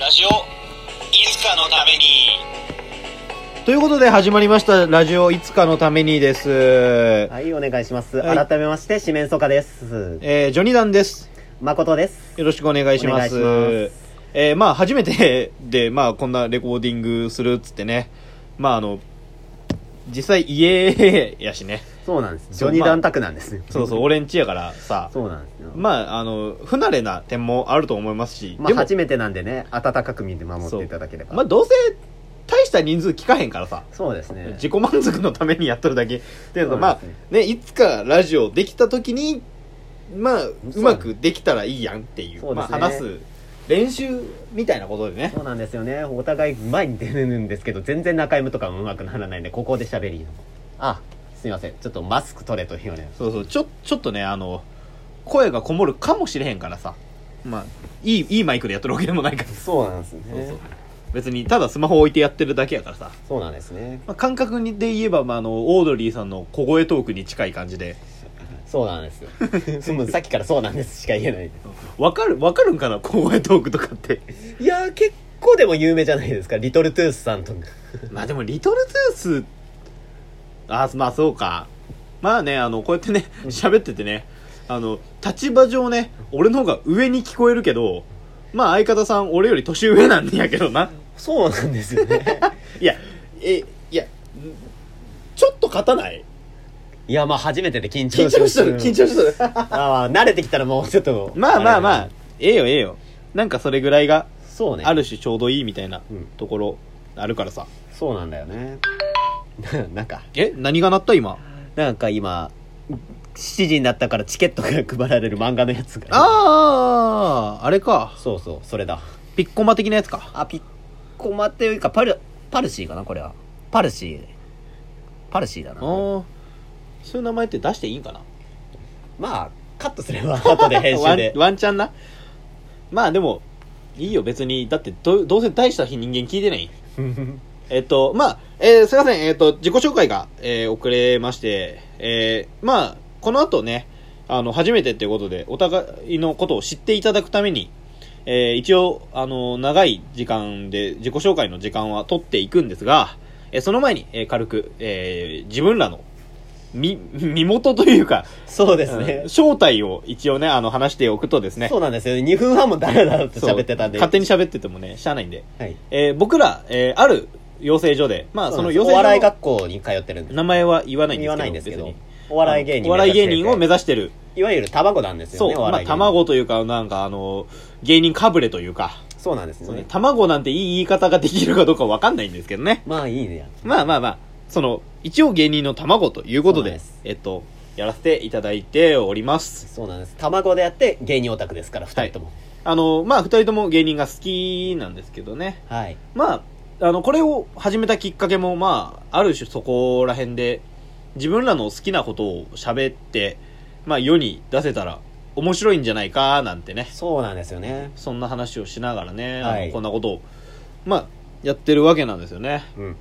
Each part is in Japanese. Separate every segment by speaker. Speaker 1: ラジオいつかのために
Speaker 2: ということで始まりましたラジオいつかのためにです、
Speaker 3: はい、お願いします。
Speaker 2: はい
Speaker 3: 改めまして、四面楚歌です。
Speaker 2: えージョニダンです
Speaker 3: 誠です。
Speaker 2: よろしくお願いします
Speaker 3: お願いします
Speaker 2: えーまあ初めてでまあこんなレコーディングするっつってねまああの実際家やしね
Speaker 3: そうなんです。ジ
Speaker 2: そう
Speaker 3: ョニー・ダンタクなんですよ。
Speaker 2: そう そう俺ん家やからさ
Speaker 3: そうなんですよ。ま
Speaker 2: まああの不慣れな点もあると思いますし、
Speaker 3: あ、初めてなんでね、温かく見て守っていただければ。
Speaker 2: まあどうせ大した人数聞かへんからさ
Speaker 3: そうですね。
Speaker 2: 自己満足のためにやっとるだけっていうのがま
Speaker 3: そうですね
Speaker 2: あねいつかラジオできた時にまあう
Speaker 3: ね
Speaker 2: まくできたらいいやんっていう
Speaker 3: そうで
Speaker 2: まあ、
Speaker 3: すね
Speaker 2: 話す練習みたいなことでね
Speaker 3: そうなんですよね。お互い前に出るんですけど、全然中山とかもうまくならないんで、ここで喋り。あ、すいません。ちょっとマスク取れというね。
Speaker 2: そうそうちょちょっとねあの声がこもるかもしれへんからさまあいいいいマイクでやってるわけでもないから
Speaker 3: そうなんですね
Speaker 2: そうそう別にただスマホ置いてやってるだけやからさ、
Speaker 3: そうなんですね。
Speaker 2: まあ、感覚にで言えば、まあ、あのオードリーさんの小声トークに近い感じで
Speaker 3: そうなんですよ。 そのさっきからそうなんですしか言えない。
Speaker 2: わかるわかるんかな小声トークとかって
Speaker 3: いやー、結構でも有名じゃないですか。リトルトゥースさ んとか。
Speaker 2: まあでも、リトルトゥース、あ、まあそうか。まあね、あの、こうやってね、喋っててね、あの、立場上ね、俺の方が上に聞こえるけど、まあ相方さん、俺より年上なんやけどな。
Speaker 3: そうなんですよ ね。
Speaker 2: いや、え、いや、んちょっと勝たない
Speaker 3: いや、まあ初めてで緊張し
Speaker 2: 緊張しとる、緊張しとる。
Speaker 3: ああ、慣れてきたらもうちょっと。
Speaker 2: まあまあま
Speaker 3: れ
Speaker 2: あ、ええよええよ。なんかそれぐらいが、
Speaker 3: だ。そうね。
Speaker 2: あ。る種ちょうどいいみたいな
Speaker 3: うん
Speaker 2: ところ、あるからさ。
Speaker 3: そうなんだよね。 なんか、
Speaker 2: え、何が鳴った今。
Speaker 3: なんか今、7時になったからチケットが配られる漫画のやつが。
Speaker 2: ああ、あれか。
Speaker 3: そうそう、それだ。
Speaker 2: ピッコマ的なやつか。
Speaker 3: あ、ピッコマっていうか、パル、パルシーかな、これは。パルシー。パルシーだな。
Speaker 2: ああそういう名前って出していいんかな
Speaker 3: まあ、カットすれば後で編集で。
Speaker 2: ワンワンチャンなまあでもいいよ別にだってどどうせ大した人間聞いてないえっとまあ、えーすいませんえっ、と自己紹介が、えー遅れましてえーまあこの後ねあの初めてっていうことでお互いのことを知っていただくためにえー一応、あの、長い時間で自己紹介の時間は取っていくんですが、えーその前に、えー軽く、えー自分らの、み、 身元というか、
Speaker 3: そうですね。
Speaker 2: 正体を一応ね、あの、話しておくとですね。
Speaker 3: そうなんですよね。2分半もダラダラと喋ってたんで。
Speaker 2: そう勝手に喋っててもね、しゃあないんで。
Speaker 3: はい。
Speaker 2: えー僕ら、えーある養成所で、まあ、その養
Speaker 3: お
Speaker 2: 成
Speaker 3: 笑い
Speaker 2: 所
Speaker 3: 学校に通ってるんで
Speaker 2: の名前は言わないんですけど。
Speaker 3: 言わないんですけど
Speaker 2: 別に。
Speaker 3: お笑い芸人
Speaker 2: お笑い芸人を目
Speaker 3: 指
Speaker 2: 指してる。
Speaker 3: いわゆる卵なんですよ
Speaker 2: そ
Speaker 3: ね
Speaker 2: う。
Speaker 3: お
Speaker 2: ま
Speaker 3: 笑
Speaker 2: あ、
Speaker 3: い芸人
Speaker 2: 卵というか、なんか、あの、芸人かぶれというか、
Speaker 3: そうなんですよ
Speaker 2: そうね
Speaker 3: ね
Speaker 2: 卵なんていい言い方ができるかどうかわかんないんですけどね。
Speaker 3: まあいいね
Speaker 2: まあまあまあ、その、一応芸人の卵ということ
Speaker 3: そうな
Speaker 2: で、
Speaker 3: んです
Speaker 2: えっと、やらせていただいております。
Speaker 3: そうなんです卵であって芸人オタクですから2人とも
Speaker 2: あの、まあ、二人とも芸人が好きなんですけどね。
Speaker 3: はい
Speaker 2: まあ、あの、これを始めたきっかけも、まあ、ある種そこら辺で、自分らの好きなことを喋って、まあ、世に出せたら面白いんじゃないか、なんてね。
Speaker 3: そうなんですよね
Speaker 2: そんな話をしながらね、
Speaker 3: はい
Speaker 2: あのこんなことを、まあ、やってるわけなんですよね。
Speaker 3: うん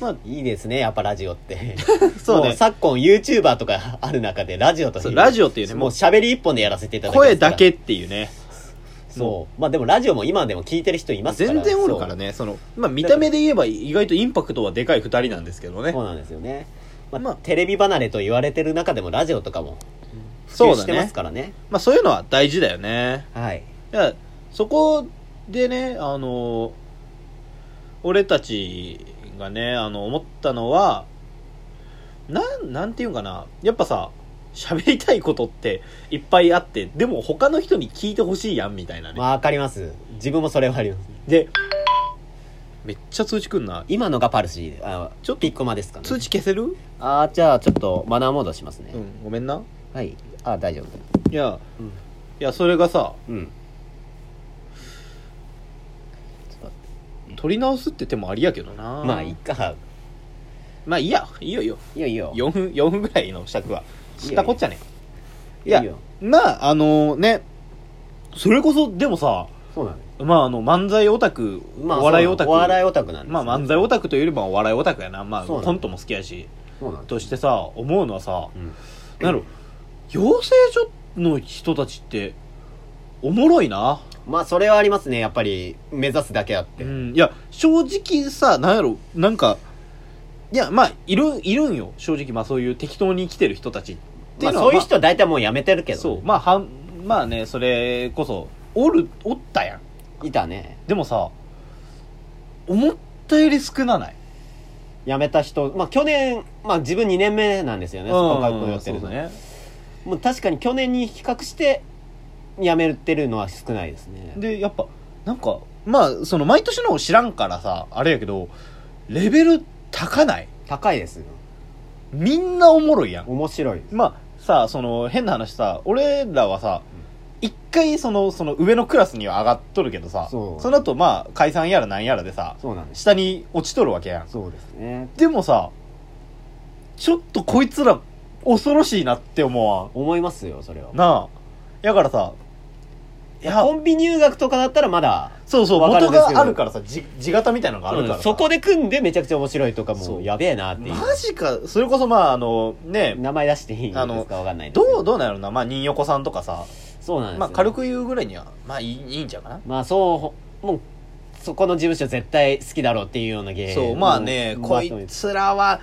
Speaker 2: まあ、
Speaker 3: いいですねやっぱラジオって
Speaker 2: そうね
Speaker 3: も昨今 YouTuber とかある中でラジオと
Speaker 2: そうラジオっていうね
Speaker 3: も
Speaker 2: も
Speaker 3: う
Speaker 2: う
Speaker 3: 喋り一本でやらせていただきます
Speaker 2: 声
Speaker 3: から
Speaker 2: だけっていうね。
Speaker 3: そうまあでもラジオも今でも聞いてる人いますから
Speaker 2: 全然おるからね、その、まあ、見た目で言えば意外とインパクトはでかい二人なんですけど
Speaker 3: そう
Speaker 2: ね
Speaker 3: そ。うなんですよねまあ、
Speaker 2: まあ
Speaker 3: テレビ離れと言われてる中でもラジオとかも普
Speaker 2: そ
Speaker 3: 及
Speaker 2: うだ
Speaker 3: してま
Speaker 2: ね
Speaker 3: す。からね
Speaker 2: まあ、そういうのは大事だよね。
Speaker 3: はい
Speaker 2: いやそこでねあの俺たちがねあの思ったのはなんなんていうんかなやっぱさ喋りたいことっていっぱいあってでも他の人に聞いてほしいやんみたいなね、
Speaker 3: まあわかります自分もそれはあります
Speaker 2: でめっちゃ通知くんな
Speaker 3: 今のがパルシーであ
Speaker 2: ちょっと
Speaker 3: ピッコマですかね
Speaker 2: 通知消せる
Speaker 3: ああじゃあちょっとマナーモードしますね、
Speaker 2: うんごめんな
Speaker 3: はいあー大丈夫
Speaker 2: いや、
Speaker 3: うん
Speaker 2: いやそれがさ
Speaker 3: うん
Speaker 2: 取り直すって手もありやけどな
Speaker 3: まあいいか
Speaker 2: まあいいやいいよいいよ
Speaker 3: いいよいいよ
Speaker 2: 4分4分ぐらいの尺は知ったこっちゃね
Speaker 3: いいよ
Speaker 2: いやまああのねそれこそでもさ
Speaker 3: そうなの、
Speaker 2: まああの漫才オタク、
Speaker 3: まあ、
Speaker 2: お笑いオタク
Speaker 3: そうなのお笑いオタクなんです
Speaker 2: まあ漫才オ
Speaker 3: タ
Speaker 2: タクというよりもお笑いオタクやなまあ
Speaker 3: そうなの
Speaker 2: コントも好きやし
Speaker 3: クそうなの
Speaker 2: としてさ思うのはさ
Speaker 3: うん
Speaker 2: なんやろ養成所の人たちっておもろいな
Speaker 3: まあそれはありますねやっぱり目指すだけあって、
Speaker 2: うん、いや正直さなんやろなんかいやまあいるいるんよ正直まあそういう適当に生きてる人たちっていう
Speaker 3: まあ、
Speaker 2: のは、
Speaker 3: そういう
Speaker 2: まあ
Speaker 3: 人は大体もうやめてるけど、
Speaker 2: そうまあはんまあねそれこそおるおったやん
Speaker 3: いたね
Speaker 2: でもさ思ったより少なない
Speaker 3: やめた人まあ去年まあ自分2年目なんですよね、そこが雇用って
Speaker 2: そう
Speaker 3: る
Speaker 2: だ
Speaker 3: の
Speaker 2: ね
Speaker 3: もう確かに去年に比較してやめてるのは少ないですね
Speaker 2: でやっぱなんかまあその毎年のを知らんからさあれやけどレベル高ない
Speaker 3: 高いですよ
Speaker 2: みんなおもろいやん
Speaker 3: 面白い
Speaker 2: まあさあその変な話さ俺らはさ一回そのその上のクラスには上がっとるけどさ
Speaker 3: そう
Speaker 2: の後まあ解散やらなんやらでさ
Speaker 3: そうなんです
Speaker 2: 下に落ちとるわけやん
Speaker 3: そうですね
Speaker 2: でもさちょっとこいつら恐ろしいなって思わ
Speaker 3: 思いますよそれは
Speaker 2: んなあやからさいや
Speaker 3: コンビ入学とかだったらまだ
Speaker 2: そうそう
Speaker 3: わかる
Speaker 2: 元
Speaker 3: んですけど
Speaker 2: があるからさじ地型みたいなのがあるから
Speaker 3: うん
Speaker 2: さ
Speaker 3: そこで組んでめちゃくちゃ面白いとか
Speaker 2: そ
Speaker 3: も
Speaker 2: う
Speaker 3: やべえなっていう
Speaker 2: マジかそれこそまああのね
Speaker 3: 名前出していいんですか
Speaker 2: あの
Speaker 3: わかんないですけ
Speaker 2: どうどうなんやろなまあ新横さんとかさ
Speaker 3: そうなんですよ
Speaker 2: まあ軽く言うぐらいにはまあいいいいんちゃうかな
Speaker 3: まあそうもうそこの事務所絶対好きだろうっていうような芸
Speaker 2: そう、まあね、
Speaker 3: もう
Speaker 2: こいつらは、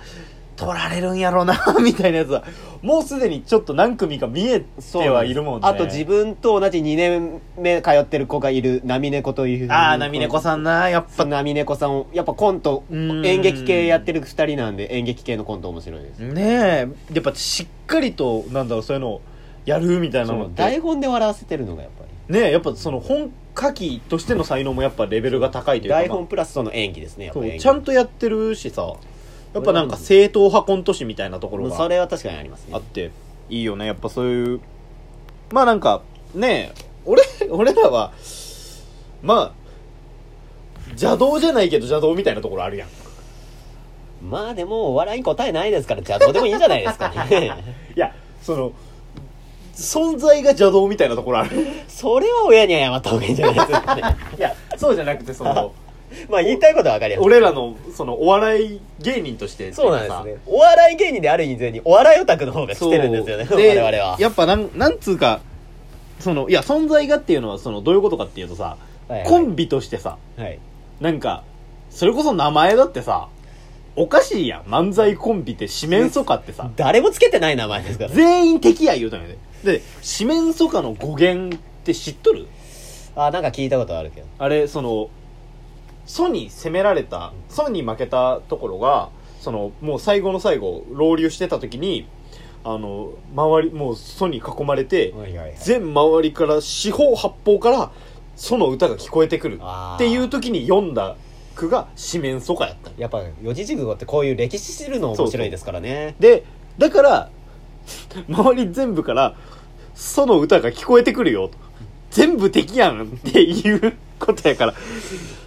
Speaker 2: 取られるんやろうな、 みたいなやつは、もうすでにちょっと何組か見え
Speaker 3: そう
Speaker 2: てはいるもんね。
Speaker 3: あと自分と同じ2年目通ってる子がいる波猫という
Speaker 2: ああ、なみねこさんな、やっぱ、
Speaker 3: 波猫さんをやっぱコント
Speaker 2: うーん
Speaker 3: 演劇系やってる2人なんで演劇系のコント面白いです
Speaker 2: ねえ、やっぱしっかりと、なんだろう、そういうのをやるみたいな
Speaker 3: そ
Speaker 2: のっ
Speaker 3: の
Speaker 2: て
Speaker 3: 台。本で笑わせてるのがやっぱ
Speaker 2: ねえ、やっぱその本書きとしての才能もやっぱレベルが高いとい
Speaker 3: り
Speaker 2: うか、
Speaker 3: 台本プラスその演技ですねやっ
Speaker 2: そう
Speaker 3: ぱり演技
Speaker 2: ちゃんとやってるしさ、やっぱなんか正統派コント師みたいなところ
Speaker 3: そ
Speaker 2: が
Speaker 3: れは確かにあります
Speaker 2: あ
Speaker 3: ね
Speaker 2: って、いいよね、やっぱそういう、まあなんか、ねえ、俺、 俺らは、まあ、邪道じゃないけど邪道みたいなところあるやん。い
Speaker 3: まあでもお笑いに答えないですからじゃあどうでもいいんじゃないですか ね
Speaker 2: や、その、存在が邪道みたいなところある。
Speaker 3: それは親に謝った方がいいんじゃないです かね
Speaker 2: いや、そうじゃなくて、その、
Speaker 3: まあ言いたいことは分かりやすい
Speaker 2: 俺らの、その、お笑い芸人として
Speaker 3: そうなんですね。お笑い芸人である以前に、お笑いオタクの方が来てるんですよね、
Speaker 2: そう
Speaker 3: 我々は。
Speaker 2: やっぱなん、なんつうか、その、いや、存在がっていうのは、その、どういうことかっていうとさ、
Speaker 3: はいはい
Speaker 2: コンビとしてさ、
Speaker 3: はい。
Speaker 2: なんか、それこそ名前だってさ、おかしいやん。漫才コンビって四面楚歌ってさ、
Speaker 3: 誰もつけてない名前ですから。
Speaker 2: 全員敵や言うたんやで。で、四面楚歌の語源って知っとる
Speaker 3: あ、なんか聞いたことあるけど。
Speaker 2: あれ、その、ソに攻められた、ソに負けたところが、その、もう最後の最後、浪流してた時に、あの、周り、もうソに囲まれて、
Speaker 3: はいはいはい
Speaker 2: 全周りから四方八方からその歌が聞こえてくる
Speaker 3: あー
Speaker 2: っていう時に読んだ句が四面楚歌やった
Speaker 3: やっぱ、四字熟語ってこういう歴史知るの面白いですからね。
Speaker 2: でだから周り全部からその歌が聞こえてくるよ全部敵やんっていうことやから
Speaker 3: い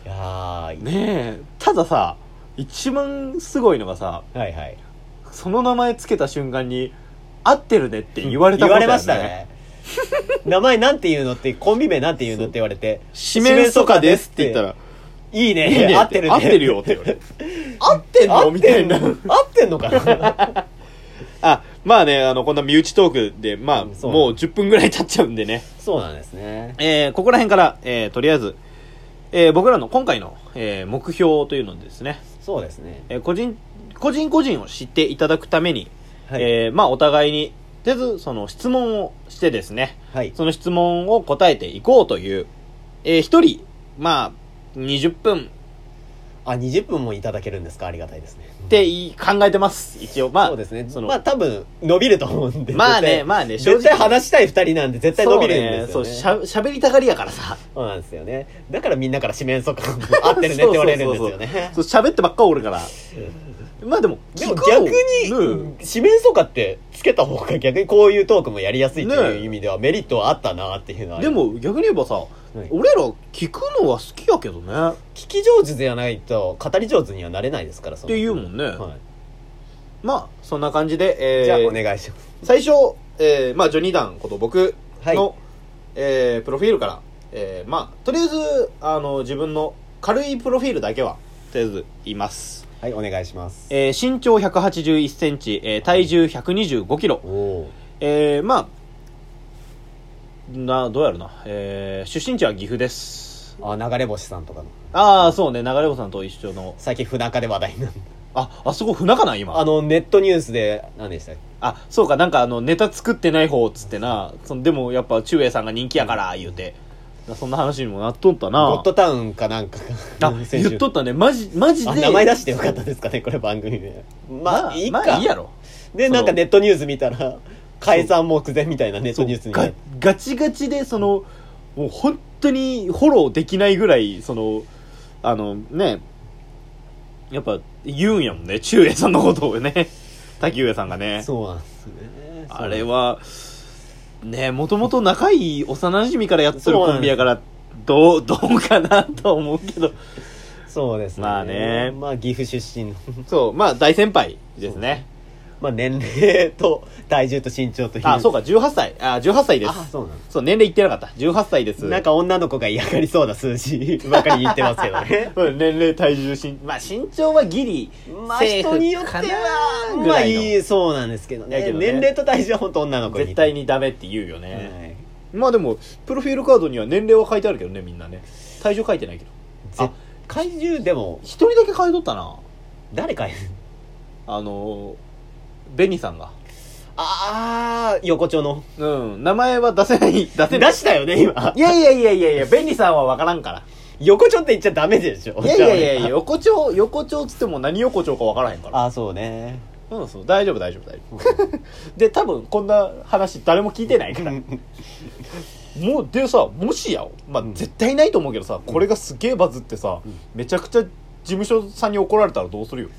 Speaker 3: やー
Speaker 2: ねえたださ一番すごいのがさ
Speaker 3: はいはい。
Speaker 2: その名前つけた瞬間に合ってるねって言われたこ
Speaker 3: 言
Speaker 2: と
Speaker 3: わ
Speaker 2: や
Speaker 3: れましたね。名前なんて言うのって、コンビ名なんて言うのって言われて、
Speaker 2: 四面楚歌ですって言ったら
Speaker 3: い
Speaker 2: 「
Speaker 3: い
Speaker 2: いい
Speaker 3: ね、
Speaker 2: ね」
Speaker 3: 合ってるね。
Speaker 2: 合ってるよって言われて「合ってん
Speaker 3: 合
Speaker 2: の?」
Speaker 3: っ
Speaker 2: みた
Speaker 3: て
Speaker 2: い
Speaker 3: んの
Speaker 2: な
Speaker 3: 合ってんのかな
Speaker 2: あまあねあのこんな身内トークでまあ
Speaker 3: うんそう
Speaker 2: もう10分ぐらい経っちゃうんでね
Speaker 3: そうなんですね。
Speaker 2: えーここら辺から、えーとりあえず、えー僕らの今回の、えー目標というのですね、
Speaker 3: そうですね。
Speaker 2: えー個人、個人個人を知っていただくために、
Speaker 3: はい。
Speaker 2: えーまあ、お互いに、とりあえず、その質問をしてですね、
Speaker 3: はい。
Speaker 2: その質問を答えていこうという、えー一人、まあ、20分
Speaker 3: あ、20分もいただけるんですかありがたいですね。
Speaker 2: ってい考えてます、一応。まあ、
Speaker 3: そうですね。
Speaker 2: その
Speaker 3: まあ多分伸びると思うんで。
Speaker 2: まあね
Speaker 3: 絶対
Speaker 2: まあね正直
Speaker 3: 絶対話したい二人なんで絶対伸びるんです
Speaker 2: そ
Speaker 3: よ
Speaker 2: う
Speaker 3: ね。
Speaker 2: ね、
Speaker 3: そ
Speaker 2: そうう、しゃ、喋りたがりやからさ、
Speaker 3: なんですよね。だからみんなから四面楚歌合って るねって言われるんですよね。
Speaker 2: そう喋ってばっかおるから。まあでも、
Speaker 3: でも
Speaker 2: 聞こう
Speaker 3: 逆
Speaker 2: うん
Speaker 3: に、四面楚歌ってつけた方が逆にこういうトークもやりやすいっていう意味ではメリットはあったなっていうのはある
Speaker 2: で、も逆に言えばさ、
Speaker 3: い
Speaker 2: 俺ら聞くのは好きやけどね
Speaker 3: 聞き上手ではないと語り上手にはなれないですから、っ
Speaker 2: っていうもんね、
Speaker 3: は
Speaker 2: まあそんな感じで、え
Speaker 3: い。
Speaker 2: ー
Speaker 3: じゃあお願いします。
Speaker 2: 最初、えーまあ、ジョニーダンこと僕
Speaker 3: はい
Speaker 2: の、えープロフィールから、えーまあとりあえずあの自分の軽いプロフィールだけはとりあえず言います、
Speaker 3: はい、お願いします。
Speaker 2: えー身長1 8 1センチ、えー体重1 2 5キロ
Speaker 3: おお。
Speaker 2: えーまあな、どうやろな。えー、出身地は岐阜です。
Speaker 3: あ流れ星さんとかの
Speaker 2: ああ、そうね、流れ星さんと一緒の。
Speaker 3: 最近不仲で話題になる
Speaker 2: あ、あそこ船かな、今。
Speaker 3: あ
Speaker 2: あ
Speaker 3: のネットニュースで何でしたっけ
Speaker 2: そうか、なんかあの、ネタ作ってない方っつってな、そのでもやっぱ、中英さんが人気やから、言うて。なそんな話にもなっとったな。
Speaker 3: ゴッドタウンかなんか
Speaker 2: あ
Speaker 3: が 先週
Speaker 2: 言っとったねマジマジ
Speaker 3: あ
Speaker 2: で
Speaker 3: 名前出してよかったですかねこれ番組でまあいいか、
Speaker 2: まあいいやろ
Speaker 3: で
Speaker 2: その
Speaker 3: なんかネットニュース見たら解散目前みたいなネットニュースに
Speaker 2: そうがガチガチでそのもう本当にフォローできないぐらいそのあのねやっぱ言うんやもんね中英さんのことをね 滝上さんがね
Speaker 3: そうなんですね
Speaker 2: あれはねもともと仲いい幼馴染からやってるコンビやからどうどうかなとは思うけど
Speaker 3: そうですね
Speaker 2: まあね
Speaker 3: まあ岐阜出身の
Speaker 2: そうまあ大先輩ですね
Speaker 3: まあ年齢と体重と身長と
Speaker 2: あそう
Speaker 3: か
Speaker 2: か18歳あ18歳です
Speaker 3: あそうなんです
Speaker 2: そう年齢言ってなかった18歳です
Speaker 3: なんか女の子が嫌がりそうな数字ばかり言ってますけ どね
Speaker 2: うん年齢体重身まあ身長はギリ
Speaker 3: まあ人によって
Speaker 2: セーフかな
Speaker 3: は
Speaker 2: ぐ
Speaker 3: まあ
Speaker 2: らいの
Speaker 3: いいそうなんですけどね
Speaker 2: やけどね
Speaker 3: 年齢と体重は本当女の子に
Speaker 2: 絶対にダメって言うよ
Speaker 3: は
Speaker 2: ね、
Speaker 3: い
Speaker 2: まあでもプロフィールカードには年齢は書いてあるけどねみんなね体重書いてないけど
Speaker 3: ぜ怪獣でも
Speaker 2: 一人だけ変えとったな
Speaker 3: 誰か
Speaker 2: あのーベニさんが
Speaker 3: ああ横丁の
Speaker 2: うん名前は出せ ない出せな
Speaker 3: 出
Speaker 2: い
Speaker 3: したよね今
Speaker 2: いやいやいやいやいやベニさんは分からんから
Speaker 3: 横丁って言っちゃダメでしょ
Speaker 2: いやいやいやいや横丁横丁っつっても何横丁か分からへんから
Speaker 3: ああそうね
Speaker 2: うんそう大丈夫大丈夫大丈夫 で多分こんな話誰も聞いてないから もうでさもしやよまあ、
Speaker 3: うん
Speaker 2: 絶対ないと思うけどさこれがすげえバズってさ、
Speaker 3: ん
Speaker 2: めちゃくちゃ事務所さんに怒られたらどうするよ、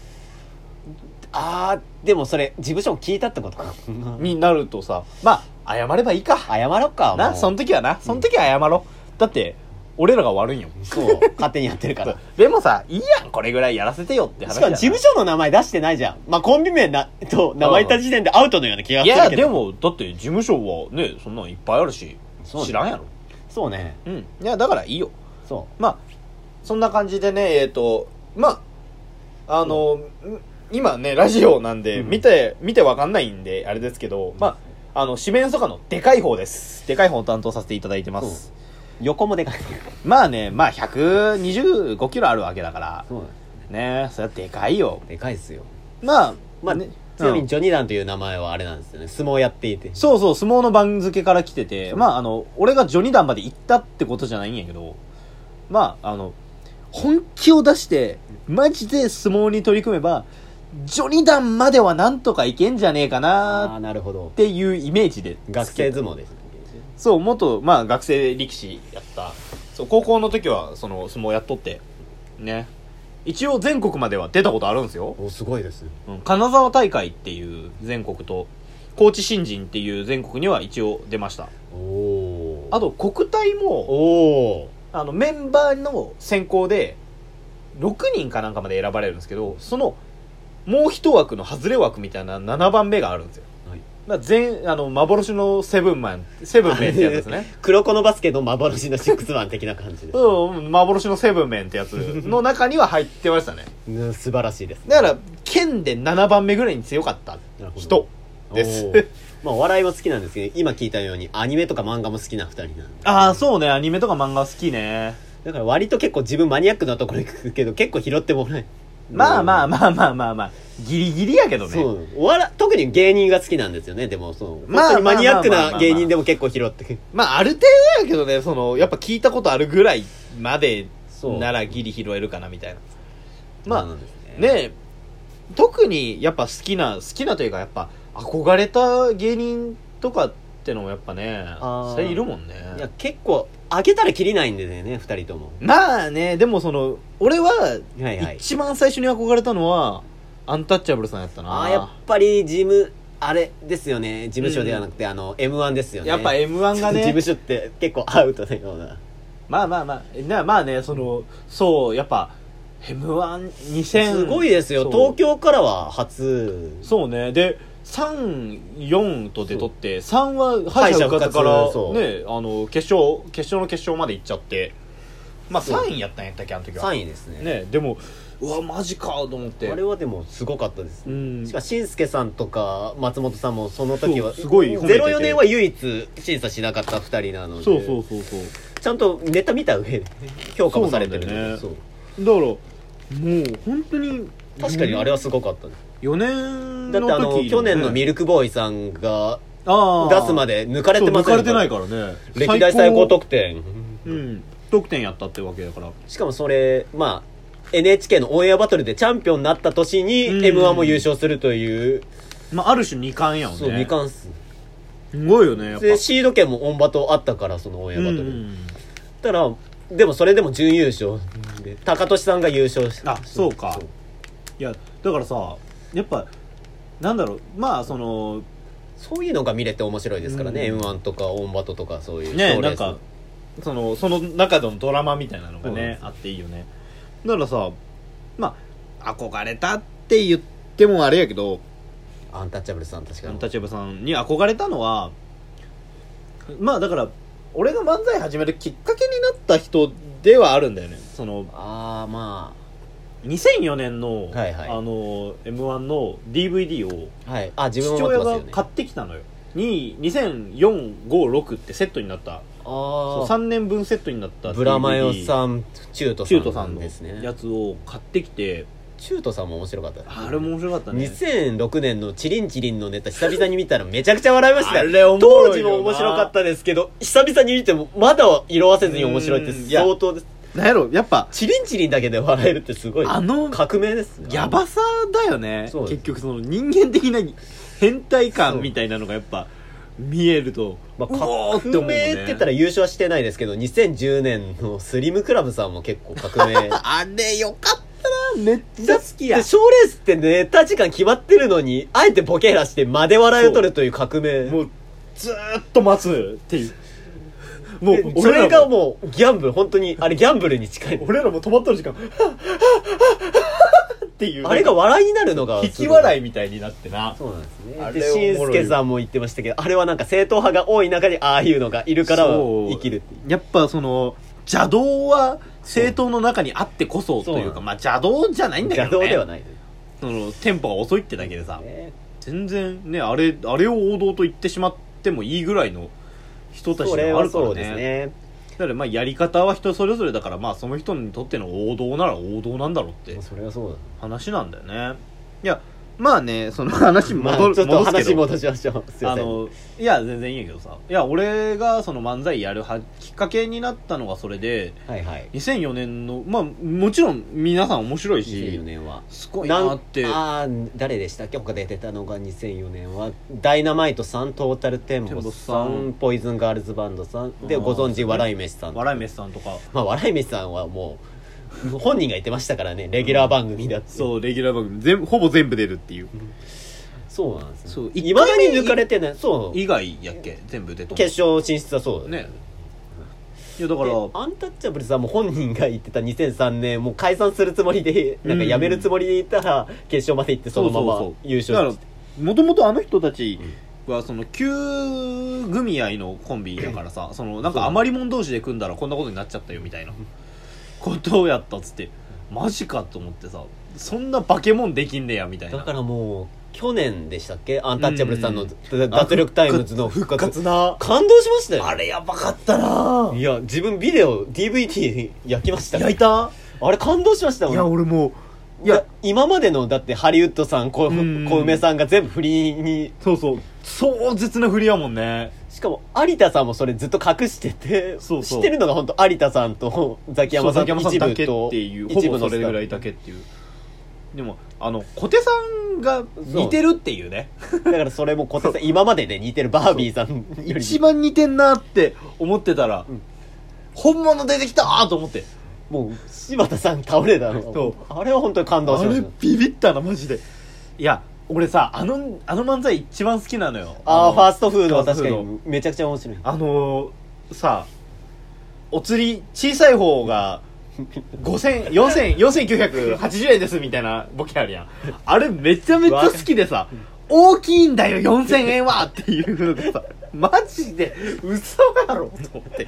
Speaker 3: ああでもそれ事務所も聞いたってことか
Speaker 2: になるとさまあ謝ればいいか
Speaker 3: 謝ろっかもう
Speaker 2: なその時はなその時は謝ろう、だって俺らが悪いんよ
Speaker 3: そう勝手にやってるか
Speaker 2: そ
Speaker 3: ら
Speaker 2: うでもさいいやんこれぐらいやらせてよって話
Speaker 3: しかも事務
Speaker 2: 所
Speaker 3: 所の名前出してないじゃんまあコンビ名なと名前言った時点でアウトのような気が
Speaker 2: い
Speaker 3: するけど
Speaker 2: やでもだって事務所はねそんなんいっぱいあるし
Speaker 3: そうね
Speaker 2: 知らんやろ
Speaker 3: そうね
Speaker 2: うんいやだからいいよ
Speaker 3: そ
Speaker 2: まあそんな感じでねえっ、とまああの、ん今ねラジオなんで
Speaker 3: うん
Speaker 2: 見て、見てわかんないんであれですけどまああの四面楚歌のでかい方ですでかい方を担当させていただいてます
Speaker 3: う横もでかい
Speaker 2: まあねまあ125キロあるわけだから
Speaker 3: そう
Speaker 2: ねそれはでかいよ
Speaker 3: でかいっすよ
Speaker 2: まあ
Speaker 3: まあ、
Speaker 2: ね
Speaker 3: ちなみ
Speaker 2: うん
Speaker 3: にジョニーダンという名前はあれなんですよね相撲やっていて
Speaker 2: そうそう相撲の番付から来ててまああの俺が序二段まで行ったってことじゃないんやけどまああの本気を出してマジで相撲に取り組めば序二段まではなんとかいけんじゃねえか
Speaker 3: ああ
Speaker 2: なっ
Speaker 3: なるほど
Speaker 2: ていうイメージで
Speaker 3: 学生相撲ですね
Speaker 2: そう元まあ学生力士やったそう高校の時はその相撲やっとってね一応全国までは出たことあるんですよ
Speaker 3: おすごいですね
Speaker 2: うん金沢大会っていう全国と高知新人っていう全国には一応出ました
Speaker 3: おお
Speaker 2: あと国体も
Speaker 3: おお
Speaker 2: あのメンバーの選考で6人かなんかまで選ばれるんですけどそのもう一枠の外れ枠みたいな7番目があるんですよ、
Speaker 3: はい
Speaker 2: まあ、全あの幻のセブンマンセブンメンってやつですね
Speaker 3: 黒子のバスケの幻のシックスマン的な感じです、
Speaker 2: うん幻のセブンメンってやつの中には入ってましたね
Speaker 3: うん、素晴らしいです
Speaker 2: だから県で7番目ぐらいに強かった
Speaker 3: なるほど
Speaker 2: 人です
Speaker 3: おーまあお笑いも好きなんですけど今聞いたようにアニメとか漫画も好きな二人なんで
Speaker 2: ああそうねアニメとか漫画好きね
Speaker 3: だから割と結構自分マニアックなところ行くけど結構拾ってもらえ
Speaker 2: まあまあ
Speaker 3: あ
Speaker 2: まあまあまあまあ、ギリギリやけどね。
Speaker 3: そうお笑い特に芸人が好きなんですよねでもそう
Speaker 2: まあ
Speaker 3: 本当にマニアック
Speaker 2: まあまあま
Speaker 3: な
Speaker 2: あ
Speaker 3: 芸人でも結構拾って
Speaker 2: まあある程度やけどね、その、やっぱ聞いたことあるぐらいまで
Speaker 3: そう
Speaker 2: ならギリ拾えるかなみたいな。ま
Speaker 3: そうな
Speaker 2: あ
Speaker 3: んですね、
Speaker 2: ね特にやっぱ好きな、好きなというかやっぱ憧れた芸人とかってのもやっぱね
Speaker 3: あー、
Speaker 2: それいるもんね。
Speaker 3: いや結構上げたらきりないんでね二人とも
Speaker 2: まあね、でもその、俺は
Speaker 3: はいはい
Speaker 2: 一番最初に憧れたのは、アンタッチャブルさんやったな。
Speaker 3: ああやっぱり事務あれですよね事務所ではなくて、あの m 1ですよね
Speaker 2: やっぱ M1 がね、
Speaker 3: 事務所って結構アウトのような
Speaker 2: まあまあまあ、なまあね、その、そう、やっぱ、M12000。
Speaker 3: すごいですよ
Speaker 2: そう
Speaker 3: 東。京からは初
Speaker 2: そうね。で、3、4と出とって、3は敗
Speaker 3: 敗者
Speaker 2: 者
Speaker 3: 復
Speaker 2: 復活
Speaker 3: 活
Speaker 2: から、
Speaker 3: そう
Speaker 2: ね、あの、決勝、決勝の決勝まで行っちゃって、まあ
Speaker 3: そう
Speaker 2: 3位やったんやったっけ、あの時は。
Speaker 3: 3位ですね
Speaker 2: ね、でも、うわマジかと思って
Speaker 3: あれはでもすごかったです、
Speaker 2: うん
Speaker 3: しかししんすけさんとか松本さんもその時は
Speaker 2: そうすごい褒めてて
Speaker 3: 04年は唯一審査しなかった2人なので
Speaker 2: そうそうそうそう
Speaker 3: ちゃんとネタ見た上で評価もされてる
Speaker 2: そうなんだよね
Speaker 3: そう
Speaker 2: だからもう本当に
Speaker 3: 確かにあれはすごかったね
Speaker 2: 4年
Speaker 3: だ
Speaker 2: の時
Speaker 3: ってあの去年のミ
Speaker 2: ル
Speaker 3: ルクボーイさんが
Speaker 2: あ
Speaker 3: 出すま
Speaker 2: で
Speaker 3: で抜かれてま
Speaker 2: 抜
Speaker 3: せ
Speaker 2: か
Speaker 3: ん
Speaker 2: れてないからね
Speaker 3: 歴代最高
Speaker 2: 得
Speaker 3: 得点
Speaker 2: うん得点やったってわけだから
Speaker 3: しかもそれまあ NHK のオンエアバトルでチャンピオンになった年に
Speaker 2: うん
Speaker 3: m 1も優勝するという、
Speaker 2: まあある種2冠やもんね
Speaker 3: そう未完数
Speaker 2: すごいよねやっぱ
Speaker 3: でシード権もオンバトあったからそのオンエア
Speaker 2: う
Speaker 3: バ
Speaker 2: ん
Speaker 3: トル、
Speaker 2: うん
Speaker 3: たらでもそれでも準優勝で高俊さんが優勝した
Speaker 2: あそうかいやだからさやっぱなんだろうまあその
Speaker 3: そういうのが見れて面白いですからね、
Speaker 2: うん
Speaker 3: m 1とかオンバトとかそういう
Speaker 2: ね
Speaker 3: 賞レ
Speaker 2: な
Speaker 3: ー
Speaker 2: ん
Speaker 3: ス
Speaker 2: かそのその中でのドラマみたいなのが
Speaker 3: そうなんで
Speaker 2: ね
Speaker 3: す
Speaker 2: あっていいよねだからさまあ憧れたって言ってもあれやけど
Speaker 3: アンタッチャブルさん確か
Speaker 2: ア
Speaker 3: に
Speaker 2: ンタッチャブルさんに憧れたのはまあだから俺が漫才始めるきっかけになった人ではあるんだよねその
Speaker 3: ああま
Speaker 2: 2004年の、
Speaker 3: はいはい
Speaker 2: あの m 1の DVD を
Speaker 3: あはいあ自
Speaker 2: 父
Speaker 3: 分も持って
Speaker 2: 親
Speaker 3: ます
Speaker 2: が
Speaker 3: よね
Speaker 2: 買ってきたのよに20456ってセットになったそう
Speaker 3: あ
Speaker 2: 3年分セットになった
Speaker 3: あブラマヨ
Speaker 2: DVD
Speaker 3: さんチュート
Speaker 2: 中途さ
Speaker 3: さ
Speaker 2: ん
Speaker 3: ん
Speaker 2: の
Speaker 3: ですね
Speaker 2: やつを買ってきて
Speaker 3: チュートさんも面白かった
Speaker 2: あれも面白かったね
Speaker 3: 2006年のチリンチリンのネタ久々に見たらめちゃくちゃ笑いましたよ
Speaker 2: あれおもろいよな
Speaker 3: 当時も面白かったですけど久々に見てもまだ色褪せずに面白いって
Speaker 2: うんいや
Speaker 3: 相当です
Speaker 2: なんやろやっぱ
Speaker 3: チリンチリンだけで笑えるってすごい
Speaker 2: あの
Speaker 3: 革命ですね
Speaker 2: やばさだよね
Speaker 3: そうです
Speaker 2: 結局その人間的な変態感みたいなのがやっぱ見えると、
Speaker 3: まあ、
Speaker 2: うおー
Speaker 3: 革
Speaker 2: って思うもん
Speaker 3: 命
Speaker 2: ね
Speaker 3: って言ったら優勝はしてないですけど2010年のスリムクラブさんも結構 革命
Speaker 2: あれよかったなめっちゃ好きや
Speaker 3: で賞レースってネタ時間決まってるのにあえてボケ減らして間で笑いを取るという革命
Speaker 2: もうずーっと待つっていうも
Speaker 3: で
Speaker 2: う
Speaker 3: そ
Speaker 2: 俺ら
Speaker 3: れ
Speaker 2: も
Speaker 3: がもうギャンブル本当にあれギャンブルに近い
Speaker 2: 俺らも止まっとる時間っていう
Speaker 3: あれが笑いになるのが
Speaker 2: 引き笑
Speaker 3: い
Speaker 2: いみたいになってな
Speaker 3: そうなんです
Speaker 2: あ
Speaker 3: ね
Speaker 2: れ
Speaker 3: でしん
Speaker 2: おも
Speaker 3: す
Speaker 2: ろい
Speaker 3: けさんも言ってましたけどあれはなんか正統派が多い中にああいうのがいるから
Speaker 2: そう
Speaker 3: 生きるっていう
Speaker 2: やっぱその邪道は政党の中にあってこそ
Speaker 3: そう
Speaker 2: という
Speaker 3: そ
Speaker 2: か
Speaker 3: う
Speaker 2: まあ邪道じゃないんだけ
Speaker 3: 邪
Speaker 2: ど、
Speaker 3: 道
Speaker 2: ね、
Speaker 3: ではない
Speaker 2: そのテンポが遅いってだけでさ、
Speaker 3: ね
Speaker 2: 全然ねあれあれを王道と言ってしまってもいいぐらいの人たち
Speaker 3: そ
Speaker 2: で
Speaker 3: れ
Speaker 2: はあ
Speaker 3: は
Speaker 2: るから
Speaker 3: そ
Speaker 2: ね
Speaker 3: うですね
Speaker 2: だからまあやり方は人それぞれだからまあその人にとっての王道なら王道なんだろうって
Speaker 3: それはそうだ
Speaker 2: 話なんだよねいやまあねその話
Speaker 3: まあ
Speaker 2: 戻る、
Speaker 3: ちょっと
Speaker 2: 戻す
Speaker 3: 話
Speaker 2: けど
Speaker 3: 戻しましょう。すいま
Speaker 2: あ
Speaker 3: せん。
Speaker 2: のいや全然いいんやけどさいや俺がその漫才やるはきっかけになったのがそれで
Speaker 3: はいはい。
Speaker 2: 2004年のまあもちろん皆さん面白い
Speaker 3: 2004
Speaker 2: し
Speaker 3: 年は。
Speaker 2: すごいなって
Speaker 3: なんああ、誰でしたっけ他で出てたのが2004年は、ダイナマイトさん、トータルテン
Speaker 2: テン
Speaker 3: ボ
Speaker 2: ボ
Speaker 3: さ
Speaker 2: さん
Speaker 3: ん、ポイズンガールズバンドさん、で、
Speaker 2: あー
Speaker 3: ご存知、笑い飯さん。ま
Speaker 2: 笑い飯さんとか
Speaker 3: あ、笑い飯さんはもう、本人が言ってましたからね、レギュラー番組だって。う。
Speaker 2: そうレギュラー番組全部ほぼ全部出るっていう
Speaker 3: そうなんです
Speaker 2: そ
Speaker 3: ね
Speaker 2: う。
Speaker 3: いまだに抜かれてない。そう。
Speaker 2: 以外やっけ全部出て
Speaker 3: 決勝進出はそうだ
Speaker 2: ねいやだか
Speaker 3: で
Speaker 2: ら
Speaker 3: アンタッチャブルさんも本人が言ってた2003年もう解散するつもりでなんか辞めるつもりでいたら決勝まで行ってそのまま優
Speaker 2: だ
Speaker 3: 勝
Speaker 2: か
Speaker 3: して
Speaker 2: らもともとあの人たちはその旧組合のコンビだからさそのなんか余り者同士で組んだらこんなことになっちゃったよみたいなことをやったっつってマジかと思ってさそんな化け物できんねやみたい
Speaker 3: だ
Speaker 2: な
Speaker 3: からもう去年でしたっけアンタッチャブルさんの
Speaker 2: うん
Speaker 3: 脱力タイムズの復活
Speaker 2: な
Speaker 3: 感動しましたよ
Speaker 2: あれやばかったない
Speaker 3: や自分ビデオ DVD 焼きました
Speaker 2: 焼いた
Speaker 3: あれ感動しましたも
Speaker 2: い
Speaker 3: ん
Speaker 2: や俺もうい
Speaker 3: いや
Speaker 2: や
Speaker 3: 今までのだってハリウッドさんこ
Speaker 2: うん
Speaker 3: 小梅さんが全部振りに
Speaker 2: そうそう壮絶な振りやもんね
Speaker 3: しかも有田さんもそれずっと隠してて
Speaker 2: そうそう
Speaker 3: 知ってるのが本当有田さんとザキヤマさん
Speaker 2: そう
Speaker 3: の
Speaker 2: ザキ
Speaker 3: 一
Speaker 2: ヤマさんだ
Speaker 3: 部
Speaker 2: け
Speaker 3: と
Speaker 2: っていうほ
Speaker 3: 一部
Speaker 2: ぼ
Speaker 3: の
Speaker 2: そ
Speaker 3: スタ
Speaker 2: れ
Speaker 3: ッフ
Speaker 2: ぐらいだけっていうでもあの小手さんが似てるっていうね
Speaker 3: だからそれも小手さん今までね似てるバービーさんより
Speaker 2: 一番似てんなって思ってたら、
Speaker 3: うん
Speaker 2: 本物出てきたーと思って
Speaker 3: もう柴田さん倒れた
Speaker 2: そ
Speaker 3: の
Speaker 2: う
Speaker 3: あれは本当に感動
Speaker 2: あ
Speaker 3: しま
Speaker 2: れ
Speaker 3: した
Speaker 2: ビビったなマジでいや俺さあのあの漫才一番好きなのよ
Speaker 3: ああ
Speaker 2: の
Speaker 3: ファーストフードは
Speaker 2: ファース
Speaker 3: 確
Speaker 2: ト
Speaker 3: か
Speaker 2: フード
Speaker 3: にめちゃくちゃ面白い
Speaker 2: あのーさお釣り小さい方 が5000 4000 4980円ですみたいなボケあるやんあれめちゃめちゃ好きでさ大きいんだよ4000円はっていうのがさ マジで嘘やろと思って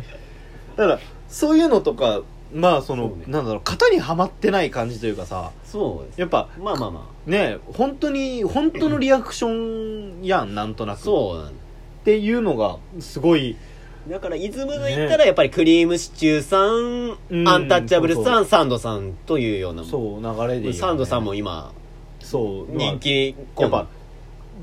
Speaker 2: だからそういうのとかまあその
Speaker 3: そうね
Speaker 2: なんだろう型にはまってない感じというかさ
Speaker 3: そうです
Speaker 2: やっぱ
Speaker 3: まあまあま
Speaker 2: ね本当に本当のリアクションやんなんとな
Speaker 3: あ
Speaker 2: く
Speaker 3: そうなんだ
Speaker 2: っていうのがすごい
Speaker 3: だからイズムで言ったらやっぱりクリームシチューさん、アンタッチャブル
Speaker 2: そう
Speaker 3: さんサンドさんというような
Speaker 2: そう流れでいいよね
Speaker 3: サンドさんも今
Speaker 2: そう
Speaker 3: 人気
Speaker 2: まあやっ
Speaker 3: コン
Speaker 2: ぱ
Speaker 3: ビ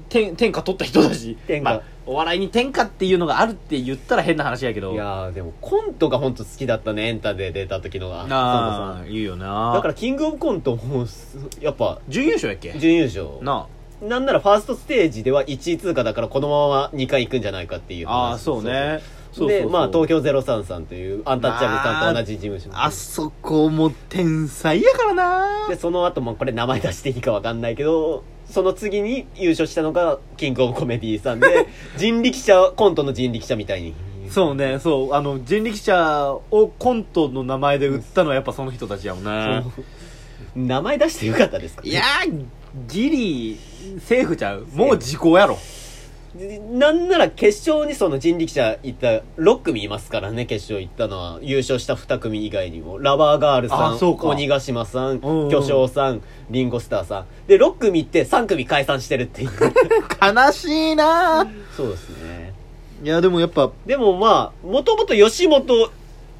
Speaker 2: 天天下取った人だし
Speaker 3: 天下
Speaker 2: まあ、お笑いに天下っていうのがあるって言ったら変な話やけど
Speaker 3: いやーでもコントが本当好きだったねエンタで出た時のがサンド
Speaker 2: な
Speaker 3: さ
Speaker 2: あ
Speaker 3: ん
Speaker 2: 言うよな
Speaker 3: だからキングオブコントもすやっぱ
Speaker 2: 準優勝やっけ
Speaker 3: 準優勝な
Speaker 2: なあ
Speaker 3: んならファーストステージでは1位通過だからこのまま2回行くんじゃないかっていう話
Speaker 2: ああそうねそうそう
Speaker 3: で
Speaker 2: そう
Speaker 3: まあ東京03さんというアンタッチャブルさんと同じ事務所
Speaker 2: あそこも天才やからな
Speaker 3: でその後もこれ名前出していいかわかんないけどその次に優勝したのがキングオブコメディーさん で人力車コントの人力車みたいに
Speaker 2: そうねそうあの人力車をコントの名前で売ったのはやっぱその人たちやもんね
Speaker 3: 名前出してよかったですか
Speaker 2: いやーギリセーフちゃうもう時効やろ
Speaker 3: でなんなら決勝にその人力車行った6組いますからね決勝行ったのは優勝した2組以外にもラバーガールさ
Speaker 2: あ
Speaker 3: ん
Speaker 2: そうか
Speaker 3: 鬼ヶ島さん
Speaker 2: うんうん
Speaker 3: 巨匠さんリンゴスターさんで6組行って3組解散してるっ ていう
Speaker 2: 悲しいな
Speaker 3: そうですね
Speaker 2: いやでもやっぱ
Speaker 3: でもまあ、もともと吉本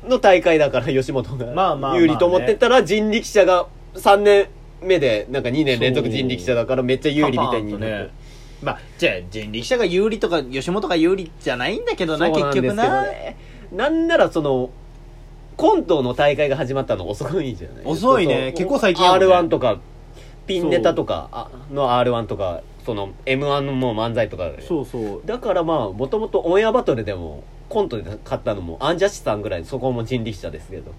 Speaker 3: の大会だから吉本
Speaker 2: まあまあまあ
Speaker 3: が
Speaker 2: ね
Speaker 3: 有利と思ってたら人力車が3年目でなんか2年連続人力車だからめっちゃ有利みたいにな
Speaker 2: パパ
Speaker 3: って
Speaker 2: ーンとねまあじゃあ人力車が有利とか吉本が有利じゃないんだけどな
Speaker 3: そう
Speaker 2: 結
Speaker 3: んで
Speaker 2: 局
Speaker 3: すけど
Speaker 2: な、
Speaker 3: ねなんならその、コントの大会が始まったの遅いじゃない
Speaker 2: 遅いね
Speaker 3: そう
Speaker 2: 結構最近やもんね
Speaker 3: R1 とか、ピンネタとかあの R1 とか、その M1 のもう漫才とかで
Speaker 2: そうそう
Speaker 3: だからまあ、もともとオンエアバトルでも、コントで勝ったのも、アンジャッシュさんぐらい、そこも人力車ですけど。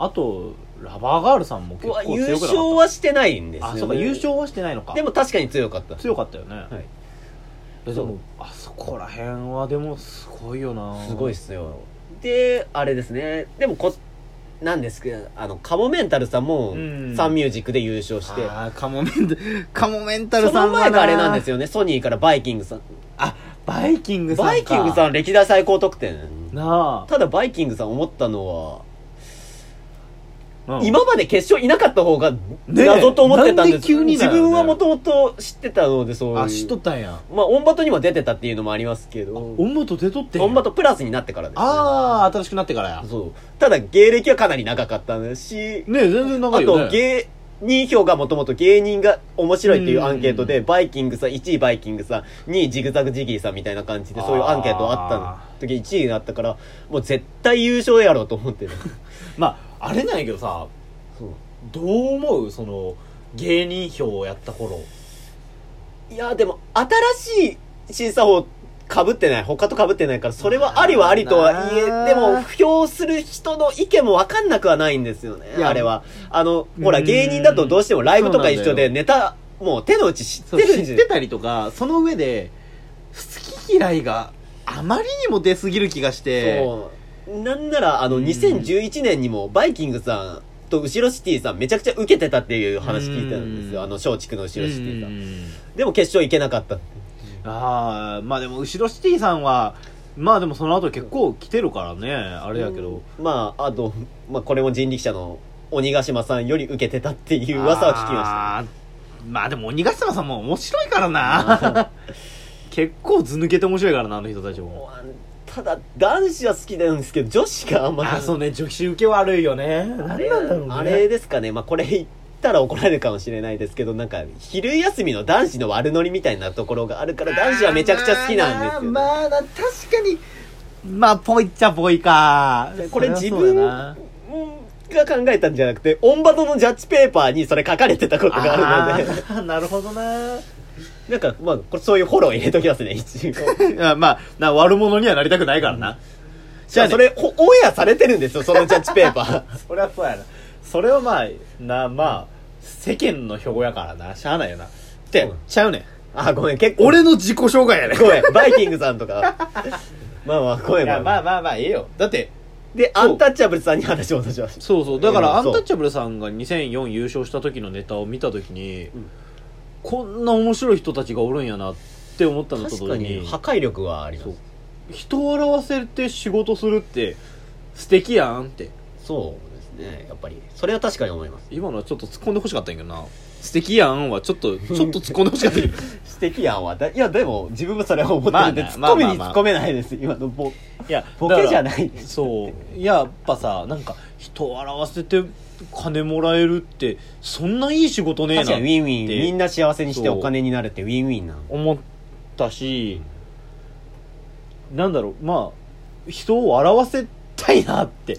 Speaker 2: あとラバーガールさんも結
Speaker 3: う
Speaker 2: 構
Speaker 3: わ
Speaker 2: 強くな
Speaker 3: 優
Speaker 2: かった
Speaker 3: 勝はしてないんですよ、
Speaker 2: あ
Speaker 3: ね、
Speaker 2: そうか優勝はしてないのか
Speaker 3: でも確かに強かった
Speaker 2: 強かったよね、
Speaker 3: はい
Speaker 2: えでもあそこら辺はでもすごいよな
Speaker 3: すごいっすよであれですねでもこなんですけどあのカモメンタルさんも
Speaker 2: うん
Speaker 3: サンミュージックで優勝して、
Speaker 2: ああカモメンタルカモメンタル
Speaker 3: そ
Speaker 2: さ
Speaker 3: の
Speaker 2: んは
Speaker 3: 前があれなんです
Speaker 2: よ
Speaker 3: よねソニーからバイキングさん
Speaker 2: あバイキングさんか
Speaker 3: バイキングさん歴代最高得点
Speaker 2: な
Speaker 3: ただバイキングさん思ったのは、
Speaker 2: あ、うん
Speaker 3: 今まで決勝いなかった方が
Speaker 2: え
Speaker 3: 謎と思ってたん
Speaker 2: な
Speaker 3: で
Speaker 2: んです急にだ
Speaker 3: 自
Speaker 2: よね
Speaker 3: 分はもともと知ってたのでそういう
Speaker 2: あ知っとったんや
Speaker 3: まあオンバトにも出てたっていうのもありますけど
Speaker 2: オンバト出とってんや
Speaker 3: オンバトプラスになってからですね、
Speaker 2: ああ新しくなってからや
Speaker 3: そう。ただ、芸歴はかなり長かったし、
Speaker 2: ねえ全然長
Speaker 3: あ
Speaker 2: いよね
Speaker 3: と、芸人票がもともと芸人が面白いっていうアンケート
Speaker 2: うんう
Speaker 3: で、バイキングさん、1位バイキングさん、2位ジグザグジギーさんみたいな感じで、そういうアンケートあったの
Speaker 2: あ
Speaker 3: 時1位になったから、もう絶対優勝やろうと思っ てる。
Speaker 2: まああれなんやけどさどう思うその芸人票をやった頃
Speaker 3: いや、でも、新しい審査法被ってない。他と被ってないから、それはありはありとはいえ、
Speaker 2: まあな
Speaker 3: でも、不評する人の意見もわかんなくはないんですよね。
Speaker 2: いや
Speaker 3: あれは。あの、ほ
Speaker 2: う
Speaker 3: ら、
Speaker 2: ん
Speaker 3: 芸人だとどうしてもライブとか一
Speaker 2: そ
Speaker 3: 緒で、
Speaker 2: うなんだよ
Speaker 3: ネタ、もう手の内知って
Speaker 2: そう
Speaker 3: る
Speaker 2: 知
Speaker 3: ん
Speaker 2: っ
Speaker 3: で
Speaker 2: てたりとかその上で好き嫌いがあまりにも出すぎる気がして
Speaker 3: そうなんなら、あの、
Speaker 2: うん
Speaker 3: 2011年にも、バイキングさんと後ろシティさん、めちゃくちゃ受けてたっていう話聞いたんですよ。
Speaker 2: うん
Speaker 3: あの、松竹の後ろシティさん。
Speaker 2: うん
Speaker 3: でも、決勝行けなかった。
Speaker 2: ああまあでも後ろシティさんはまあでもその後結構来てるからねあれやけど
Speaker 3: まああと、まあ、これも人力車の鬼ヶ島さんより受けてたっていう噂は聞きま
Speaker 2: あーまあでも鬼ヶ島さんも面白いからな 結構図抜けて面白いからなあの人たちも
Speaker 3: したただ男子は好きなんですけど女子があんまり
Speaker 2: あ、そうね、女子受け悪いよね。
Speaker 3: あ
Speaker 2: 何
Speaker 3: れ
Speaker 2: なんだろうね。
Speaker 3: あれですかねまあこれ言ったら怒られるかもしれないですけどなんか昼休みの男子の悪ノリみたいなところがあるから男子はめちゃくちゃ好きなんですよね、
Speaker 2: まあ、まあ確かに、まあ、ぽいっちゃぽいか。
Speaker 3: こ
Speaker 2: そ
Speaker 3: れ
Speaker 2: り
Speaker 3: 自
Speaker 2: ゃそう
Speaker 3: 分
Speaker 2: だ
Speaker 3: が
Speaker 2: な
Speaker 3: 考えたんじゃなくてオンバトのジャッジペーパーにそれ書かれてたことがあるので
Speaker 2: あー なるほどな。
Speaker 3: なんかまあこれそういうフォロー入れときますね一応
Speaker 2: あまあ、な悪者にはなりたくないからな。
Speaker 3: じゃあそれ、ほオンエアされてるんですよ、そのジャッジペーパ ー。
Speaker 2: そりゃそうやな。それはまあ、な、まあ、世間の標やからな。しゃあないよな。って、
Speaker 3: うん
Speaker 2: ちゃうねん。
Speaker 3: あ、ごめん、結構。
Speaker 2: 俺の自己紹介やねん。
Speaker 3: ごめん、バイキングさんとか。まあまあ、ごめん、
Speaker 2: いや、まあ
Speaker 3: あ。
Speaker 2: まあまあ、ええよ。だって、
Speaker 3: で、アンタッチャブルさんに話を戻しました。
Speaker 2: そうそうだから
Speaker 3: え
Speaker 2: ア
Speaker 3: ーそ
Speaker 2: ン
Speaker 3: う
Speaker 2: タッチャブルさんが2004優勝した時のネタを見た時に、
Speaker 3: ん
Speaker 2: こんな面白い人たちがおるんやなって思ったのと
Speaker 3: 確
Speaker 2: 同
Speaker 3: か
Speaker 2: 時
Speaker 3: に、
Speaker 2: に
Speaker 3: 破壊力はありま
Speaker 2: そ
Speaker 3: す
Speaker 2: う。人を笑わせて仕事するって素敵やんって
Speaker 3: そうですねやっぱりそれは確かに思います
Speaker 2: 今のはちょっと突っ込んでほしかったんやけどな素敵やんはちょっ とちょっと突っ込んでほしかったけど
Speaker 3: 指摘案はだいやでも自分もそれは思って
Speaker 2: まあ
Speaker 3: るん
Speaker 2: ね
Speaker 3: で、突っ込み
Speaker 2: まあ
Speaker 3: に
Speaker 2: まあま
Speaker 3: 突
Speaker 2: あ
Speaker 3: っ込めないです今のボ
Speaker 2: いや
Speaker 3: ボケじゃ
Speaker 2: い
Speaker 3: ないです
Speaker 2: そういややっぱさなんか人を笑わせて金もらえるってそんないい仕事ねえなっ
Speaker 3: 確
Speaker 2: て
Speaker 3: かにウィンウィンみんな幸せにして
Speaker 2: そう
Speaker 3: お金になるってウィンウィンなの
Speaker 2: 思ったしなんだろうまあ人を笑わせたいなって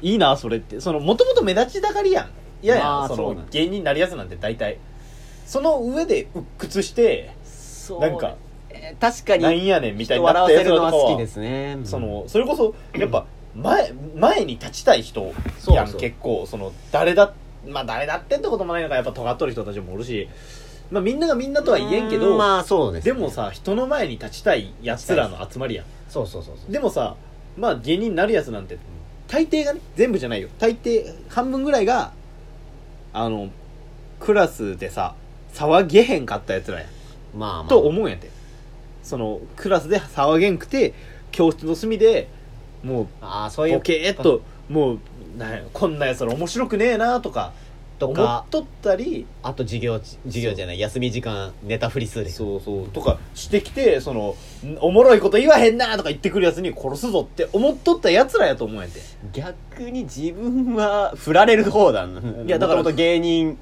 Speaker 2: いいなそれってそのもともと目立ちたがりやん嫌やん、
Speaker 3: まあ
Speaker 2: そ
Speaker 3: そう
Speaker 2: の
Speaker 3: なん
Speaker 2: 芸人になるやつなんて大体その上で鬱屈して
Speaker 3: そう
Speaker 2: なんか
Speaker 3: えー確か
Speaker 2: なん
Speaker 3: に
Speaker 2: やねんみたいに
Speaker 3: 人を
Speaker 2: なっ
Speaker 3: 笑わ
Speaker 2: たや
Speaker 3: せ
Speaker 2: つ
Speaker 3: る
Speaker 2: ら
Speaker 3: の
Speaker 2: とか
Speaker 3: は
Speaker 2: は
Speaker 3: 好きですねうん
Speaker 2: そのそれこそやっぱ前前に立ちたい人やん
Speaker 3: そうそう
Speaker 2: 結構その誰だまあ誰だってってこともないのかやっぱ尖っとる人たちもおるしまあみんながみんなとは言えんけ
Speaker 3: う
Speaker 2: ど
Speaker 3: まあそうです
Speaker 2: でもさ人の前に立ちたいやつらの集まりやん
Speaker 3: そうそうそうそう
Speaker 2: でもさまあ芸人になるやつなんて大抵がね全部じゃないよ大抵半分ぐらいがあのクラスでさ騒げへんかったやつらや
Speaker 3: まあまあ
Speaker 2: と思うんやてそのクラスで騒げんくて教室の隅でも
Speaker 3: ああそう
Speaker 2: う
Speaker 3: いう
Speaker 2: ボケーっともうなんやこんなやつら面白くねえなとか
Speaker 3: と
Speaker 2: 思
Speaker 3: か
Speaker 2: っとったり
Speaker 3: あと授業ち授業じゃない休み時間ネタ振りする
Speaker 2: そうそうとかしてきてそのんおもろいこと言わへんなとか言ってくるやつに殺すぞって思っとったやつらやと思うんやて
Speaker 3: 逆に自分は振られる方だない
Speaker 2: やだから
Speaker 3: と芸人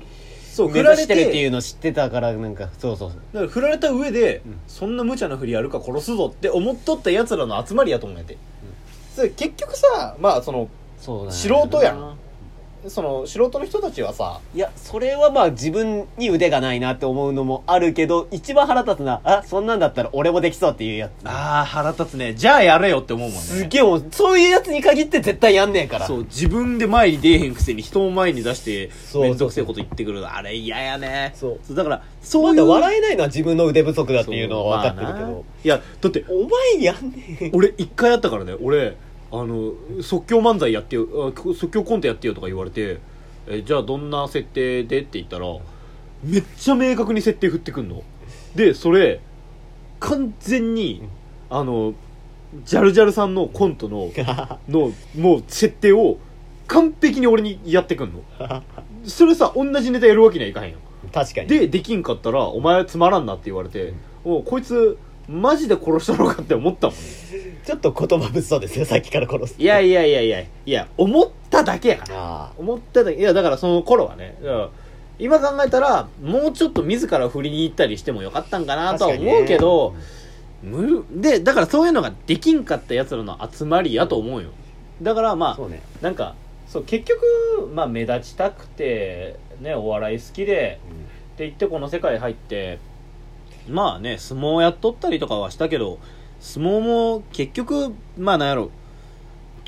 Speaker 2: そ
Speaker 3: 目指してるっていうの知ってたからなんかそうそうそう
Speaker 2: だから振られた上で、
Speaker 3: うん
Speaker 2: そんな無茶な振りやるか殺すぞって思っとったやつらの集まりやと思うんやて、それ結局さまあその
Speaker 3: そうだね
Speaker 2: 素人やんその素人の人たちはさ
Speaker 3: いやそれはまあ自分に腕がないなって思うのもあるけど一番腹立つなあそんなんだったら俺もできそうっていうやつ
Speaker 2: ああ腹立つねじゃあやれよって思うもんね
Speaker 3: すげえもうそういうやつに限って絶対やんねえから
Speaker 2: そう自分で前に出えへんくせに人を前に出して
Speaker 3: そう
Speaker 2: 面倒くせえこと言ってくるのあれ嫌やね
Speaker 3: そう
Speaker 2: だから
Speaker 3: ま
Speaker 2: そういう
Speaker 3: だ笑えないのは自分の腕不足だっていうのは分かってる
Speaker 2: そ
Speaker 3: け
Speaker 2: うま
Speaker 3: ど
Speaker 2: あないやだって
Speaker 3: お前やんね え
Speaker 2: 俺一回やったからね俺あの即興漫才やってよあ即興コントやってよとか言われてえじゃあどんな設定でって言ったらめっちゃ明確に設定振ってくんのでそれ完全にあのジャルジャルさんのコントののもう設定を完璧に俺にやってくんのそれさ同じネタやるわけにはいかへんよ
Speaker 3: 確かに
Speaker 2: でできんかったら「お前つまらんな」って言われて「おうこいつマジで殺したのか」って思ったもん
Speaker 3: ちょっと言葉物騒ですよさっきから殺す
Speaker 2: いやいやいやいやいや、思っただけやから。
Speaker 3: あ
Speaker 2: 思っただけ。いや、だからその頃はね、だから今考えたら、もうちょっと自ら振りに行ったりしてもよかったんか
Speaker 3: あ
Speaker 2: なとは思うけど、無で、だからそういうのができんかった奴らの集まりやと思うよ。だからまあ
Speaker 3: そ、うね
Speaker 2: なんか、そう、結局、まあ目立ちたくて、ね、お笑い好きで、って言ってこの世界入ってまあね相撲やっとったりとかはしたけど相撲も結局まあなんやろ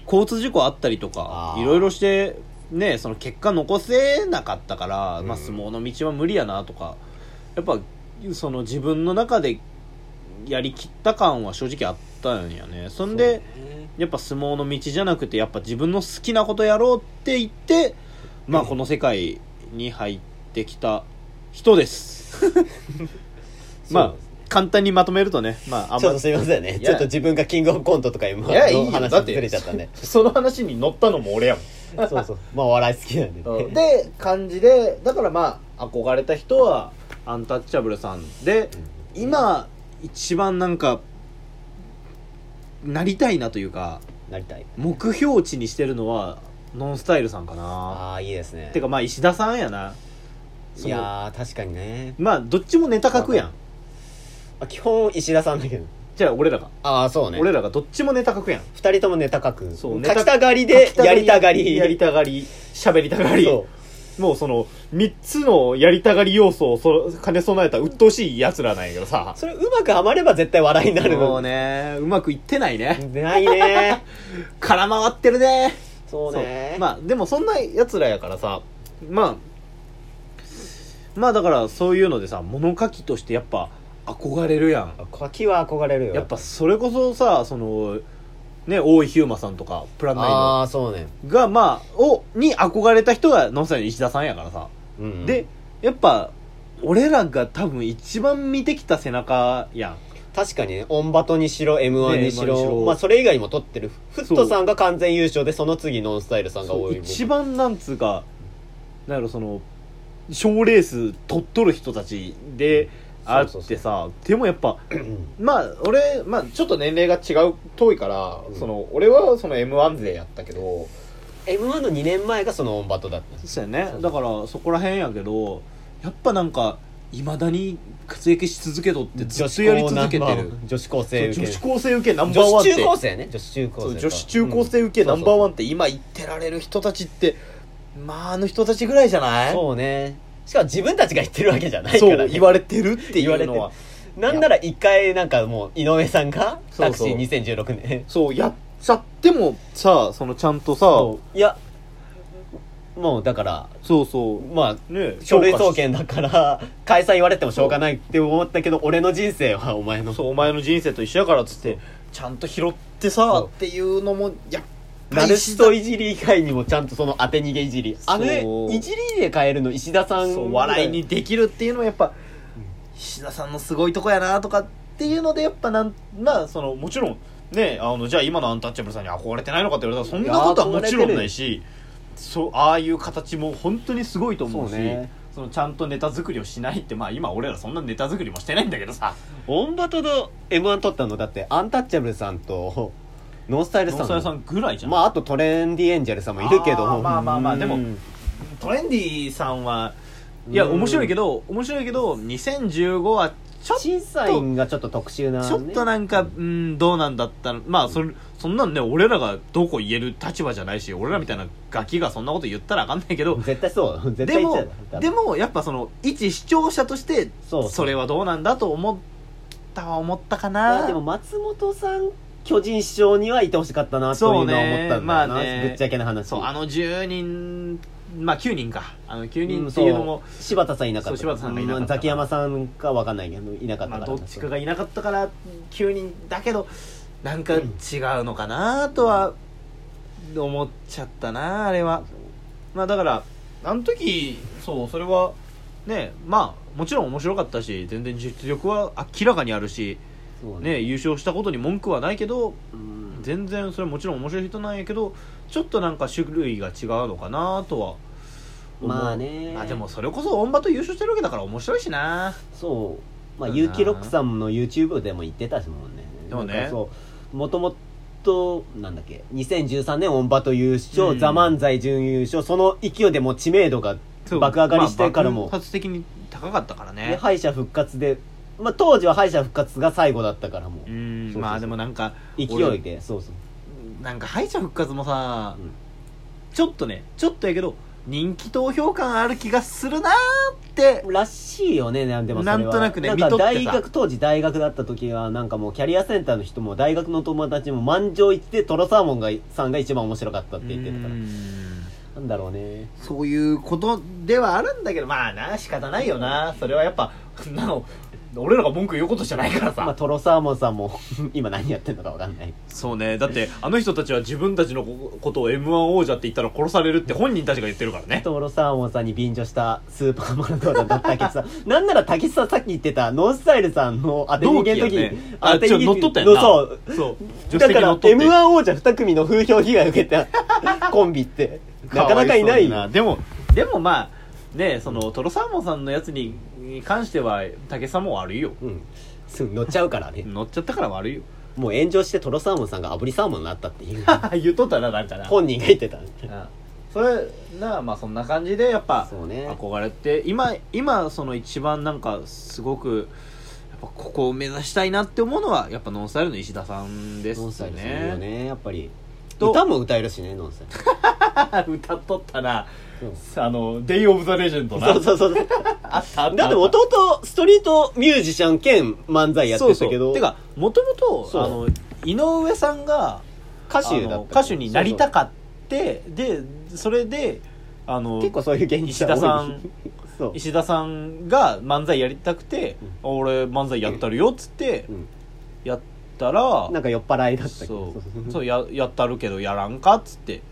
Speaker 2: 交通事故あったりとか
Speaker 3: あー
Speaker 2: いろいろしてねその結果残せなかったから、
Speaker 3: うん
Speaker 2: まあ、相撲の道は無理やなとかやっぱその自分の中でやりきった感は正直あったんやねそんでやっぱ相撲の道じゃなくてやっぱ自分の好きなことやろうって言ってまあこの世界に入ってきた人 ですまあ簡単にまとめるとねまああん
Speaker 3: ちょっ
Speaker 2: ま
Speaker 3: とすいませんね
Speaker 2: いや
Speaker 3: ちょっと自分がキングオブコントとか今
Speaker 2: いやいいよ
Speaker 3: の話
Speaker 2: だって
Speaker 3: ずれちゃったね
Speaker 2: その話に乗ったのも俺や
Speaker 3: そうそうまあお笑い好きなんで
Speaker 2: も
Speaker 3: ね
Speaker 2: んで感じでだからまあ憧れた人はアンタッチャブルさんで今一番なんかなりたいなというか
Speaker 3: なりたい
Speaker 2: 目標値にしてるのはノンスタイルさんかな
Speaker 3: ああいいですね
Speaker 2: てかまあ石田さんやない
Speaker 3: やー確かにね
Speaker 2: まあどっちもネタ書くやん
Speaker 3: まあ基本石田さんだけど
Speaker 2: じゃあ俺らが、
Speaker 3: ああそうね
Speaker 2: 俺らがどっちもネタ書くやん
Speaker 3: 二人ともネタ書く
Speaker 2: そう
Speaker 3: 書
Speaker 2: ネタ
Speaker 3: きたがりでやりたがり
Speaker 2: やりたがり喋りたがり
Speaker 3: そ
Speaker 2: もうその3つのやりたがり要素をそ兼ね備えた鬱陶しいやつらなんやけどさ
Speaker 3: うそれうまくはまれば絶対笑いになる
Speaker 2: もうねうまくいってないね
Speaker 3: ないね
Speaker 2: 空回ってるね
Speaker 3: そうね
Speaker 2: まあでもそんなやつらやからさまあまあだからそういうのでさ物書きとしてやっぱ憧れるやん
Speaker 3: 書きは憧れるよ
Speaker 2: やっぱそれこそさそのね大井ヒューマさんとかプランナイの
Speaker 3: ああそうね
Speaker 2: がまあをに憧れた人がノンスタイルの石田さんやからさ、
Speaker 3: うん
Speaker 2: でやっぱ俺らが多分一番見てきた背中やん
Speaker 3: 確かにね、オンバトにしろ、M1
Speaker 2: ね
Speaker 3: にし
Speaker 2: M1 にし
Speaker 3: ろ、
Speaker 2: ろ
Speaker 3: まあそれ以外にも取ってる。フットさんが完全優勝で、その次ノンスタイルさんが
Speaker 2: そ
Speaker 3: 多
Speaker 2: う
Speaker 3: い。
Speaker 2: 一番なんつうかなんやろその賞レース取っとる人たちであってさ
Speaker 3: そうそう
Speaker 2: でもやっぱ
Speaker 3: うん
Speaker 2: まあ俺、まあ、ちょっと年齢が違う遠いから、
Speaker 3: うん
Speaker 2: その俺はその m 1勢やったけど
Speaker 3: M1 の2年前がそのオンバトだったんです。
Speaker 2: そうやね
Speaker 3: そう
Speaker 2: だからそこら辺やけどやっぱなんかいまだに活躍し続けとってずっとやり続けてる
Speaker 3: 女子高
Speaker 2: そ
Speaker 3: 生
Speaker 2: う
Speaker 3: 受け
Speaker 2: 女子高生受けナンバー
Speaker 3: 女
Speaker 2: ワン
Speaker 3: 子
Speaker 2: って
Speaker 3: 中高生ね女子中高
Speaker 2: そう
Speaker 3: 生
Speaker 2: 女子中高生受けナンバーワン
Speaker 3: ン
Speaker 2: って今言ってられる人たちってまああの人たちぐらいじゃない
Speaker 3: そうねしかも自分たちが言ってるわけじゃないか
Speaker 2: そ
Speaker 3: ら
Speaker 2: う
Speaker 3: ね
Speaker 2: 言われてるっていう
Speaker 3: 言
Speaker 2: の
Speaker 3: わ
Speaker 2: は
Speaker 3: れなんなら一回なんかもう井上さんが
Speaker 2: そうそう
Speaker 3: タクシー2016年
Speaker 2: そうやっちゃってもさそのちゃんとさ
Speaker 3: いやもうだから
Speaker 2: そうそ
Speaker 3: まあ
Speaker 2: うね
Speaker 3: 書類送検だから解散言われてもしょうがないって思ったけど俺の人生はお前の
Speaker 2: そうお前の人生と一緒やからっつってちゃんと拾ってさ
Speaker 3: そう
Speaker 2: っていうのもやっぱ
Speaker 3: ナルシ
Speaker 2: 石田
Speaker 3: トいじり以外にもちゃんとその当て逃げいじりあれ
Speaker 2: そう
Speaker 3: いじりで変えるの石田さん
Speaker 2: そう笑いにできるっていうのはやっぱ石田さんのすごいとこやなとかっていうのでやっぱなんまあそのもちろんねあのじゃあ今のアンタッチャブルさんに憧れてないのかって言われたらそんなことはもちろんないしそうああいう形も本当にすごいと思うし
Speaker 3: そ
Speaker 2: そう
Speaker 3: ね
Speaker 2: のちゃんとネタ作りをしないってまあ今俺らそんなネタ作りもしてないんだけどさ
Speaker 3: オンバトと m 1取ったのだってアンタッチャブルさんとノンスタイル
Speaker 2: 野
Speaker 3: さん
Speaker 2: 沢さんぐらいじゃん、
Speaker 3: まああとトレンディエンジェルさんもいるけど
Speaker 2: あーまあまあまあでも
Speaker 3: うん
Speaker 2: トレンディさんはいや
Speaker 3: うん
Speaker 2: 面白いけど面白いけど2015はちょっと
Speaker 3: 審査員がちょっと特殊なね
Speaker 2: ちょっとなんか、うん、どうなんだったのまあそれそんなんね俺らがどうこう言える立場じゃないし俺らみたいなガキがそんなこと言ったらあかんないけど
Speaker 3: 絶対そう
Speaker 2: で
Speaker 3: 絶対言っちゃ
Speaker 2: も
Speaker 3: うだ
Speaker 2: でもやっぱその一視聴者として
Speaker 3: そうそう
Speaker 2: それはどうなんだと思ったは思ったか
Speaker 3: い
Speaker 2: な
Speaker 3: やでも松本さん巨人師匠にはいてほしかったなとい
Speaker 2: そうう
Speaker 3: のは思
Speaker 2: ね
Speaker 3: ったんだよな、
Speaker 2: まあね
Speaker 3: ぶっちゃけな話
Speaker 2: そうあの10人まあ9人かあの9
Speaker 3: う
Speaker 2: 人
Speaker 3: ん
Speaker 2: っていうのも、
Speaker 3: そう柴田さんいなかっ
Speaker 2: そ
Speaker 3: た
Speaker 2: う柴田さんがいなかった
Speaker 3: うザキヤマさんかわかんないけどいなかった
Speaker 2: ま
Speaker 3: から
Speaker 2: あ、ど
Speaker 3: な
Speaker 2: っちかがいなかったから9人だけどなんか違うのかなとは思っちゃったなあれは。まあだからあの時そうそれはねまあもちろん面白かったし全然実力は明らかにあるし、
Speaker 3: そう
Speaker 2: ね、優勝したことに文句はないけど
Speaker 3: うん
Speaker 2: 全然それもちろん面白い人なんやけどちょっとなんか種類が違うのかなとは思う
Speaker 3: まあね
Speaker 2: まあでもそれこそオンバと優勝してるわけだから面白いしな
Speaker 3: そうまあ
Speaker 2: だな
Speaker 3: 有機ロックさんの YouTube でも言ってたしもんね
Speaker 2: そうね
Speaker 3: なんかそうもともとなんだっけ2013年オンバト優勝、
Speaker 2: うん
Speaker 3: ザ・漫才準優勝その勢いでもう知名度が
Speaker 2: そう
Speaker 3: 爆上がりしてから
Speaker 2: ま
Speaker 3: も
Speaker 2: あ、爆発的に高かったから
Speaker 3: で
Speaker 2: ね
Speaker 3: 敗者復活で、まあ、当時は敗者復活が最後だったからもう
Speaker 2: うん
Speaker 3: そうそうそう
Speaker 2: まあでもなんか
Speaker 3: 勢いでそうそう
Speaker 2: なんか敗者復活もさ、
Speaker 3: うん
Speaker 2: ちょっとねちょっとやけど人気投票感ある気がするなーって
Speaker 3: らしいよねなんでもそれは
Speaker 2: なんとなくね
Speaker 3: んか
Speaker 2: 見とって
Speaker 3: 大
Speaker 2: た
Speaker 3: 学当時大学だった時はなんかもうキャリアセンターの人も大学の友達も満場一致でトロサーモンがさんが一番面白かったって言ってたから
Speaker 2: うん
Speaker 3: なんだろうね
Speaker 2: そういうことではあるんだけどまあな仕方ないよなそれはやっぱそんなの俺らが文句言うことじゃないからさ、
Speaker 3: まあトロサーモンさんも今何やってんのかわか んない
Speaker 2: そうねだってあの人たちは自分たちのことを m 1王者って言ったら殺されるって本人たちが言ってるからね
Speaker 3: トロサーモンさんに便乗したスーパーマラドーナだったけどさ なんなら竹内さんさっき言ってたノンスタイルさんの当て逃
Speaker 2: 同
Speaker 3: げ
Speaker 2: 期
Speaker 3: の
Speaker 2: や
Speaker 3: 時
Speaker 2: ね
Speaker 3: に
Speaker 2: あ
Speaker 3: 当て
Speaker 2: ち
Speaker 3: 逃
Speaker 2: ょ
Speaker 3: げ
Speaker 2: 乗っとった
Speaker 3: の
Speaker 2: よな
Speaker 3: そう
Speaker 2: そう助手
Speaker 3: だ
Speaker 2: 席
Speaker 3: か
Speaker 2: 乗
Speaker 3: ら
Speaker 2: っとって
Speaker 3: m 1王者2組の風評被害を受けた コンビってなかなかいない
Speaker 2: わ
Speaker 3: よ
Speaker 2: そうでもでもまあねそのトロサーモンさんのやつにに関しては武さんも悪いよ
Speaker 3: うんすぐ乗っちゃうからね
Speaker 2: 乗っちゃったから悪い よ
Speaker 3: もう炎上してトロサーモンさんが炙りサーモンになったっていう
Speaker 2: 言っとったななんかな
Speaker 3: 本人が言ってた
Speaker 2: うんそれなあまあそんな感じでやっぱ
Speaker 3: そうね
Speaker 2: 憧れて今今その一番なんかすごくやっぱここを目指したいなって思うのはやっぱノンスタイルの石田さんですね
Speaker 3: ノンスタイルするよねやっぱり
Speaker 2: と
Speaker 3: 歌も歌えるしねノンスタイ
Speaker 2: 歌っとったな
Speaker 3: ル
Speaker 2: あの「デイ・オブ・ザ・レジェンド
Speaker 3: そうそうそう
Speaker 2: あったあった
Speaker 3: だって弟ストリートミュージシャン兼漫才やってたけ
Speaker 2: そうそ
Speaker 3: ど
Speaker 2: うてかもとも
Speaker 3: そう
Speaker 2: とあの井上さんが
Speaker 3: 歌手だ
Speaker 2: あ
Speaker 3: っ
Speaker 2: の
Speaker 3: た
Speaker 2: 歌手になりたかってでそれであの
Speaker 3: そうそう結構そういう芸人
Speaker 2: 石
Speaker 3: さ
Speaker 2: 田
Speaker 3: ん多い
Speaker 2: さん
Speaker 3: そう
Speaker 2: 石田さんが漫才やりたくて
Speaker 3: うん
Speaker 2: 「あ俺漫才やったるよ」っつって
Speaker 3: うん
Speaker 2: やったら
Speaker 3: なんか酔っ払いだったけど
Speaker 2: そうそうややったるけどやらんかっつって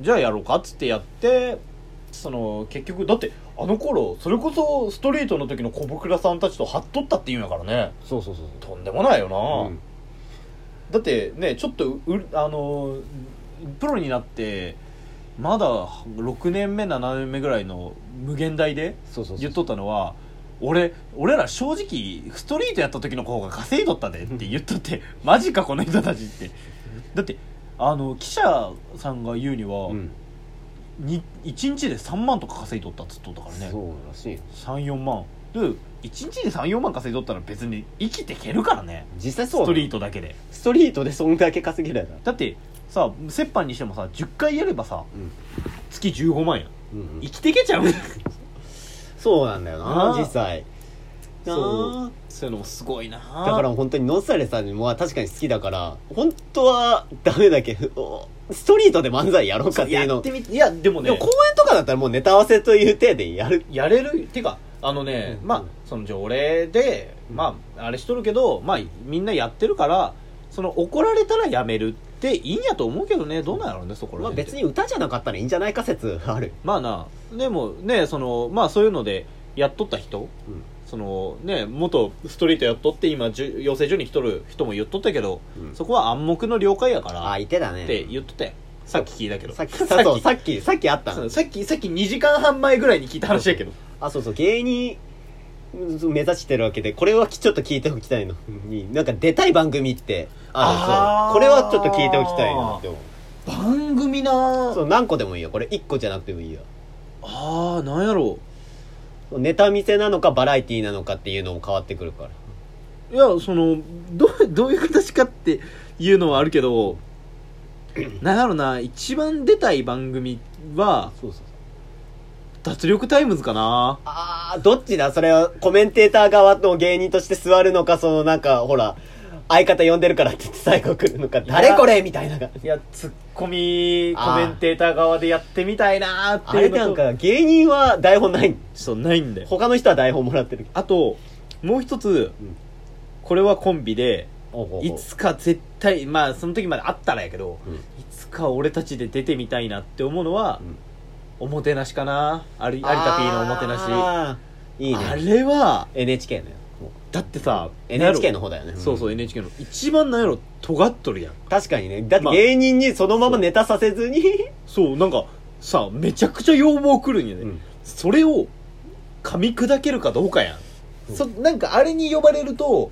Speaker 2: じゃあやろうかっつってやってその結局だってあの頃それこそストリートの時の小袋さんたちと張っとったっていうんやからね
Speaker 3: そうそうそうそう
Speaker 2: とんでもないよな、
Speaker 3: うん
Speaker 2: だってねちょっとうあのプロになってまだ6年目7年目ぐらいの無限大で
Speaker 3: そうそうそう
Speaker 2: 言っとったのは俺俺ら正直ストリートやった時の方が稼いどったで って言っとってマジかこの人たちってだってあの記者さんが言うには、
Speaker 3: うん
Speaker 2: に1日で3万とか稼いどったっつっとったからね
Speaker 3: そうらしいよ
Speaker 2: 34万で1日で34万稼いどったら別に生きてけるからね
Speaker 3: 実際そ
Speaker 2: ス
Speaker 3: うなの
Speaker 2: トリートだけで
Speaker 3: ストリートでそんだけ稼げるやな
Speaker 2: だってさ折半にしてもさ10回やればさ
Speaker 3: うん
Speaker 2: 月15万やん
Speaker 3: うん
Speaker 2: 生きてけ ちゃう
Speaker 3: そうなんだよな
Speaker 2: な
Speaker 3: 実際な
Speaker 2: そうそういうのもすごいな
Speaker 3: だから本当にノンスタイルさんも確かに好きだから本当はダメだけどストリートで漫才やろう
Speaker 2: そ
Speaker 3: かっ
Speaker 2: う
Speaker 3: ていう
Speaker 2: や
Speaker 3: の
Speaker 2: ってみいやでもね
Speaker 3: でも公演とかだったらもうネタ合わせという体でやる
Speaker 2: やれるてかあのね、
Speaker 3: うん
Speaker 2: まあその条例で
Speaker 3: うん
Speaker 2: まああれしとるけどまあみんなやってるからその怒られたらやめるっていいんやと思うけどねどうなんやろうねそこら
Speaker 3: まあ
Speaker 2: 辺って
Speaker 3: 別に歌じゃなかったらいいんじゃないか説ある
Speaker 2: まあなでもねそのまあそういうのでやっとった人
Speaker 3: うん
Speaker 2: そのね元ストリートやっとって今じゅ養成所に来とる人も言っとったけど、
Speaker 3: うん
Speaker 2: そこは暗黙の了解やから
Speaker 3: あ
Speaker 2: っ
Speaker 3: いてだね
Speaker 2: て言っとったよさっき聞いたけど
Speaker 3: さっき
Speaker 2: さっ
Speaker 3: さ
Speaker 2: き
Speaker 3: そうさっきさっきあった
Speaker 2: そ
Speaker 3: の
Speaker 2: うさっきさっき2時間半前ぐらいに聞いた話やけど
Speaker 3: あそうそう芸人目指してるわけでこれはきちょっと聞いておきたいのになんか出たい番組ってあ
Speaker 2: あー
Speaker 3: るそうこれはちょっと聞いておきたいなって思う
Speaker 2: 番組な
Speaker 3: そう何個でもいいよこれ1個じゃなくてもいいよ
Speaker 2: ああなんやろ
Speaker 3: ネタ見せなのかバラエティーなのかっていうのも変わってくるから
Speaker 2: ういやそのどうどういう形かっていうのはあるけ どなんやろな一番出たい番組は
Speaker 3: そうそう
Speaker 2: 脱力タイムズかな
Speaker 3: あーどっちだそれはコメンテーター側の芸人として座るのかそのなんかほら相方呼んでるからって言って最後来るのか誰これみたいなのが
Speaker 2: いやツッコミ
Speaker 3: コメンテ
Speaker 2: ーター側でやってみたいなー
Speaker 3: あれなんか芸人は台本ない
Speaker 2: そうないんだよ
Speaker 3: 他の人は台本もらってる
Speaker 2: あともう一つ、
Speaker 3: うん
Speaker 2: これはコンビで
Speaker 3: おうおうおう
Speaker 2: いつか絶対まあその時まであったらやけど
Speaker 3: うん
Speaker 2: いつか俺たちで出てみたいなって思うのは、
Speaker 3: うん
Speaker 2: おもてなしかなあり有田 P のおもてなしあ
Speaker 3: あーいいね
Speaker 2: れは
Speaker 3: NHK のよ
Speaker 2: だってさ
Speaker 3: NHK の
Speaker 2: なんや
Speaker 3: 方だよね
Speaker 2: ろそうそう
Speaker 3: うん
Speaker 2: NHK の一番なんやろ尖っとるやん
Speaker 3: 確かにねだって
Speaker 2: まあ
Speaker 3: 芸人にそのままネタさせずに
Speaker 2: そうなんかさめちゃくちゃ要望くるんやね、
Speaker 3: うん
Speaker 2: それを噛み砕けるかどうかやん、
Speaker 3: うん
Speaker 2: そなんかあれに呼ばれると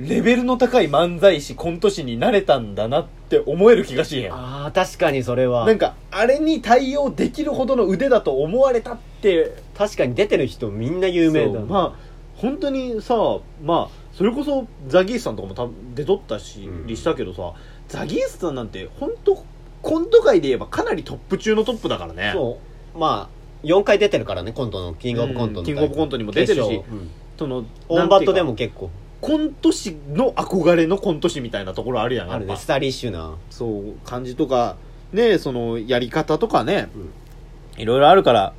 Speaker 2: レベルの高い漫才師コント師になれたんだなって思える気がしへんやん
Speaker 3: ああ確かにそれは
Speaker 2: なんかあれに対応できるほどの腕だと思われたって
Speaker 3: 確かに出てる人みんな有名
Speaker 2: そ
Speaker 3: だ
Speaker 2: うまあ本当にさまあそれこそザギースさんとかもた出とったし、
Speaker 3: うん
Speaker 2: りしたけどさザギースさんなんて本当コント界で言えばかなりトップ中のトップだからね
Speaker 3: そうまあ4回出てるからねコントのキングオブコントの、
Speaker 2: うんキングオブコントにも出てるし
Speaker 3: 決勝うん
Speaker 2: その
Speaker 3: オンバットで
Speaker 2: なん
Speaker 3: も結構
Speaker 2: ていうかコント師の憧れのコント師みたいなところあるやん
Speaker 3: あ
Speaker 2: や
Speaker 3: るね
Speaker 2: っぱ
Speaker 3: スタイリッシュな
Speaker 2: そう感じとかねそのやり方とかね、
Speaker 3: うん
Speaker 2: いろいろあるから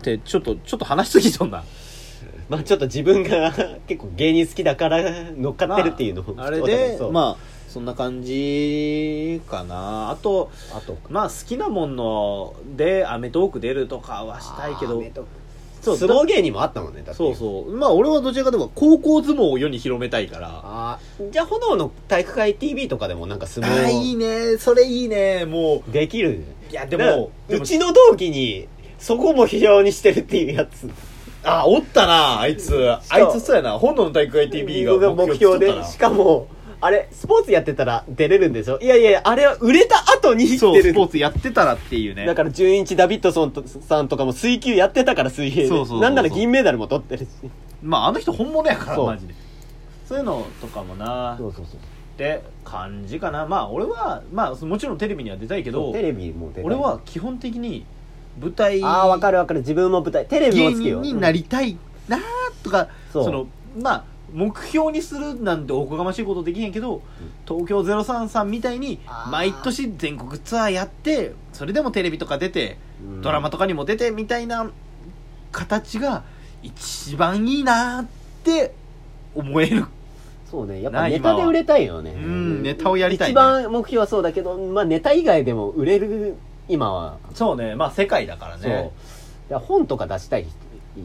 Speaker 2: ってちょっとちょっと話しすぎそんな
Speaker 3: まあちょっと自分が 結構芸人好きだから乗っかってるっていうの
Speaker 2: あれで
Speaker 3: あ
Speaker 2: まあそんな感じかなあと
Speaker 3: あと
Speaker 2: まあ好きなもので『アメトーク』出るとかはしたいけどそう
Speaker 3: 相撲芸人もあったもんねだって
Speaker 2: そうそうまあ俺はどちらかというと高校相撲を世に広めたいから
Speaker 3: あーじゃあ炎の体育会 TV とかでもなんか相
Speaker 2: あいい
Speaker 3: 撲
Speaker 2: ねそれいいねも
Speaker 3: できる
Speaker 2: ういやで
Speaker 3: で
Speaker 2: も
Speaker 3: も
Speaker 2: で
Speaker 3: う
Speaker 2: も
Speaker 3: ちの同期にそこも非常にしてるっていうやつ
Speaker 2: あおったなあいつ
Speaker 3: し
Speaker 2: あ
Speaker 3: かも
Speaker 2: いつそうやな本能の体育会 TV が
Speaker 3: 目
Speaker 2: 目
Speaker 3: 標
Speaker 2: 標
Speaker 3: で
Speaker 2: で
Speaker 3: しかもあれスポーツやってたら出れるんでしょいやいやあれは売れた後に生き
Speaker 2: そ
Speaker 3: て
Speaker 2: うス
Speaker 3: る
Speaker 2: ポーツやってたらっていうね
Speaker 3: だから純一ダビッドソンとさんとかも水球やってたから水泳で
Speaker 2: そうそうそうそう
Speaker 3: なんなら銀メダルも取ってるし
Speaker 2: まああの人本物やから
Speaker 3: そう
Speaker 2: マジでそういうのとかもな
Speaker 3: うそうそう
Speaker 2: って感じかなまあ俺はまあもちろんテレビには出たいけど
Speaker 3: テレビも出たい
Speaker 2: 俺は基本的に舞台
Speaker 3: ああ分かる分かる自分も舞台テレビも
Speaker 2: 芸
Speaker 3: 好きよ
Speaker 2: 人になりたいなとか
Speaker 3: そう
Speaker 2: そのまあ目標にするなんておこがましいことできへんけど、東京033みたいに
Speaker 3: あー
Speaker 2: 毎年全国ツアーやってそれでもテレビとか出て
Speaker 3: うん
Speaker 2: ドラマとかにも出てみたいな形が一番いいなって思える
Speaker 3: そうねやっ
Speaker 2: な
Speaker 3: ぱネ
Speaker 2: 今
Speaker 3: タ
Speaker 2: は
Speaker 3: で売れたいよね
Speaker 2: うんネタをやりたいね
Speaker 3: 一番目標はそうだけどまあネタ以外でも売れる今は
Speaker 2: そうねまあ世界だから
Speaker 3: そう、
Speaker 2: ね
Speaker 3: いや本とか出したい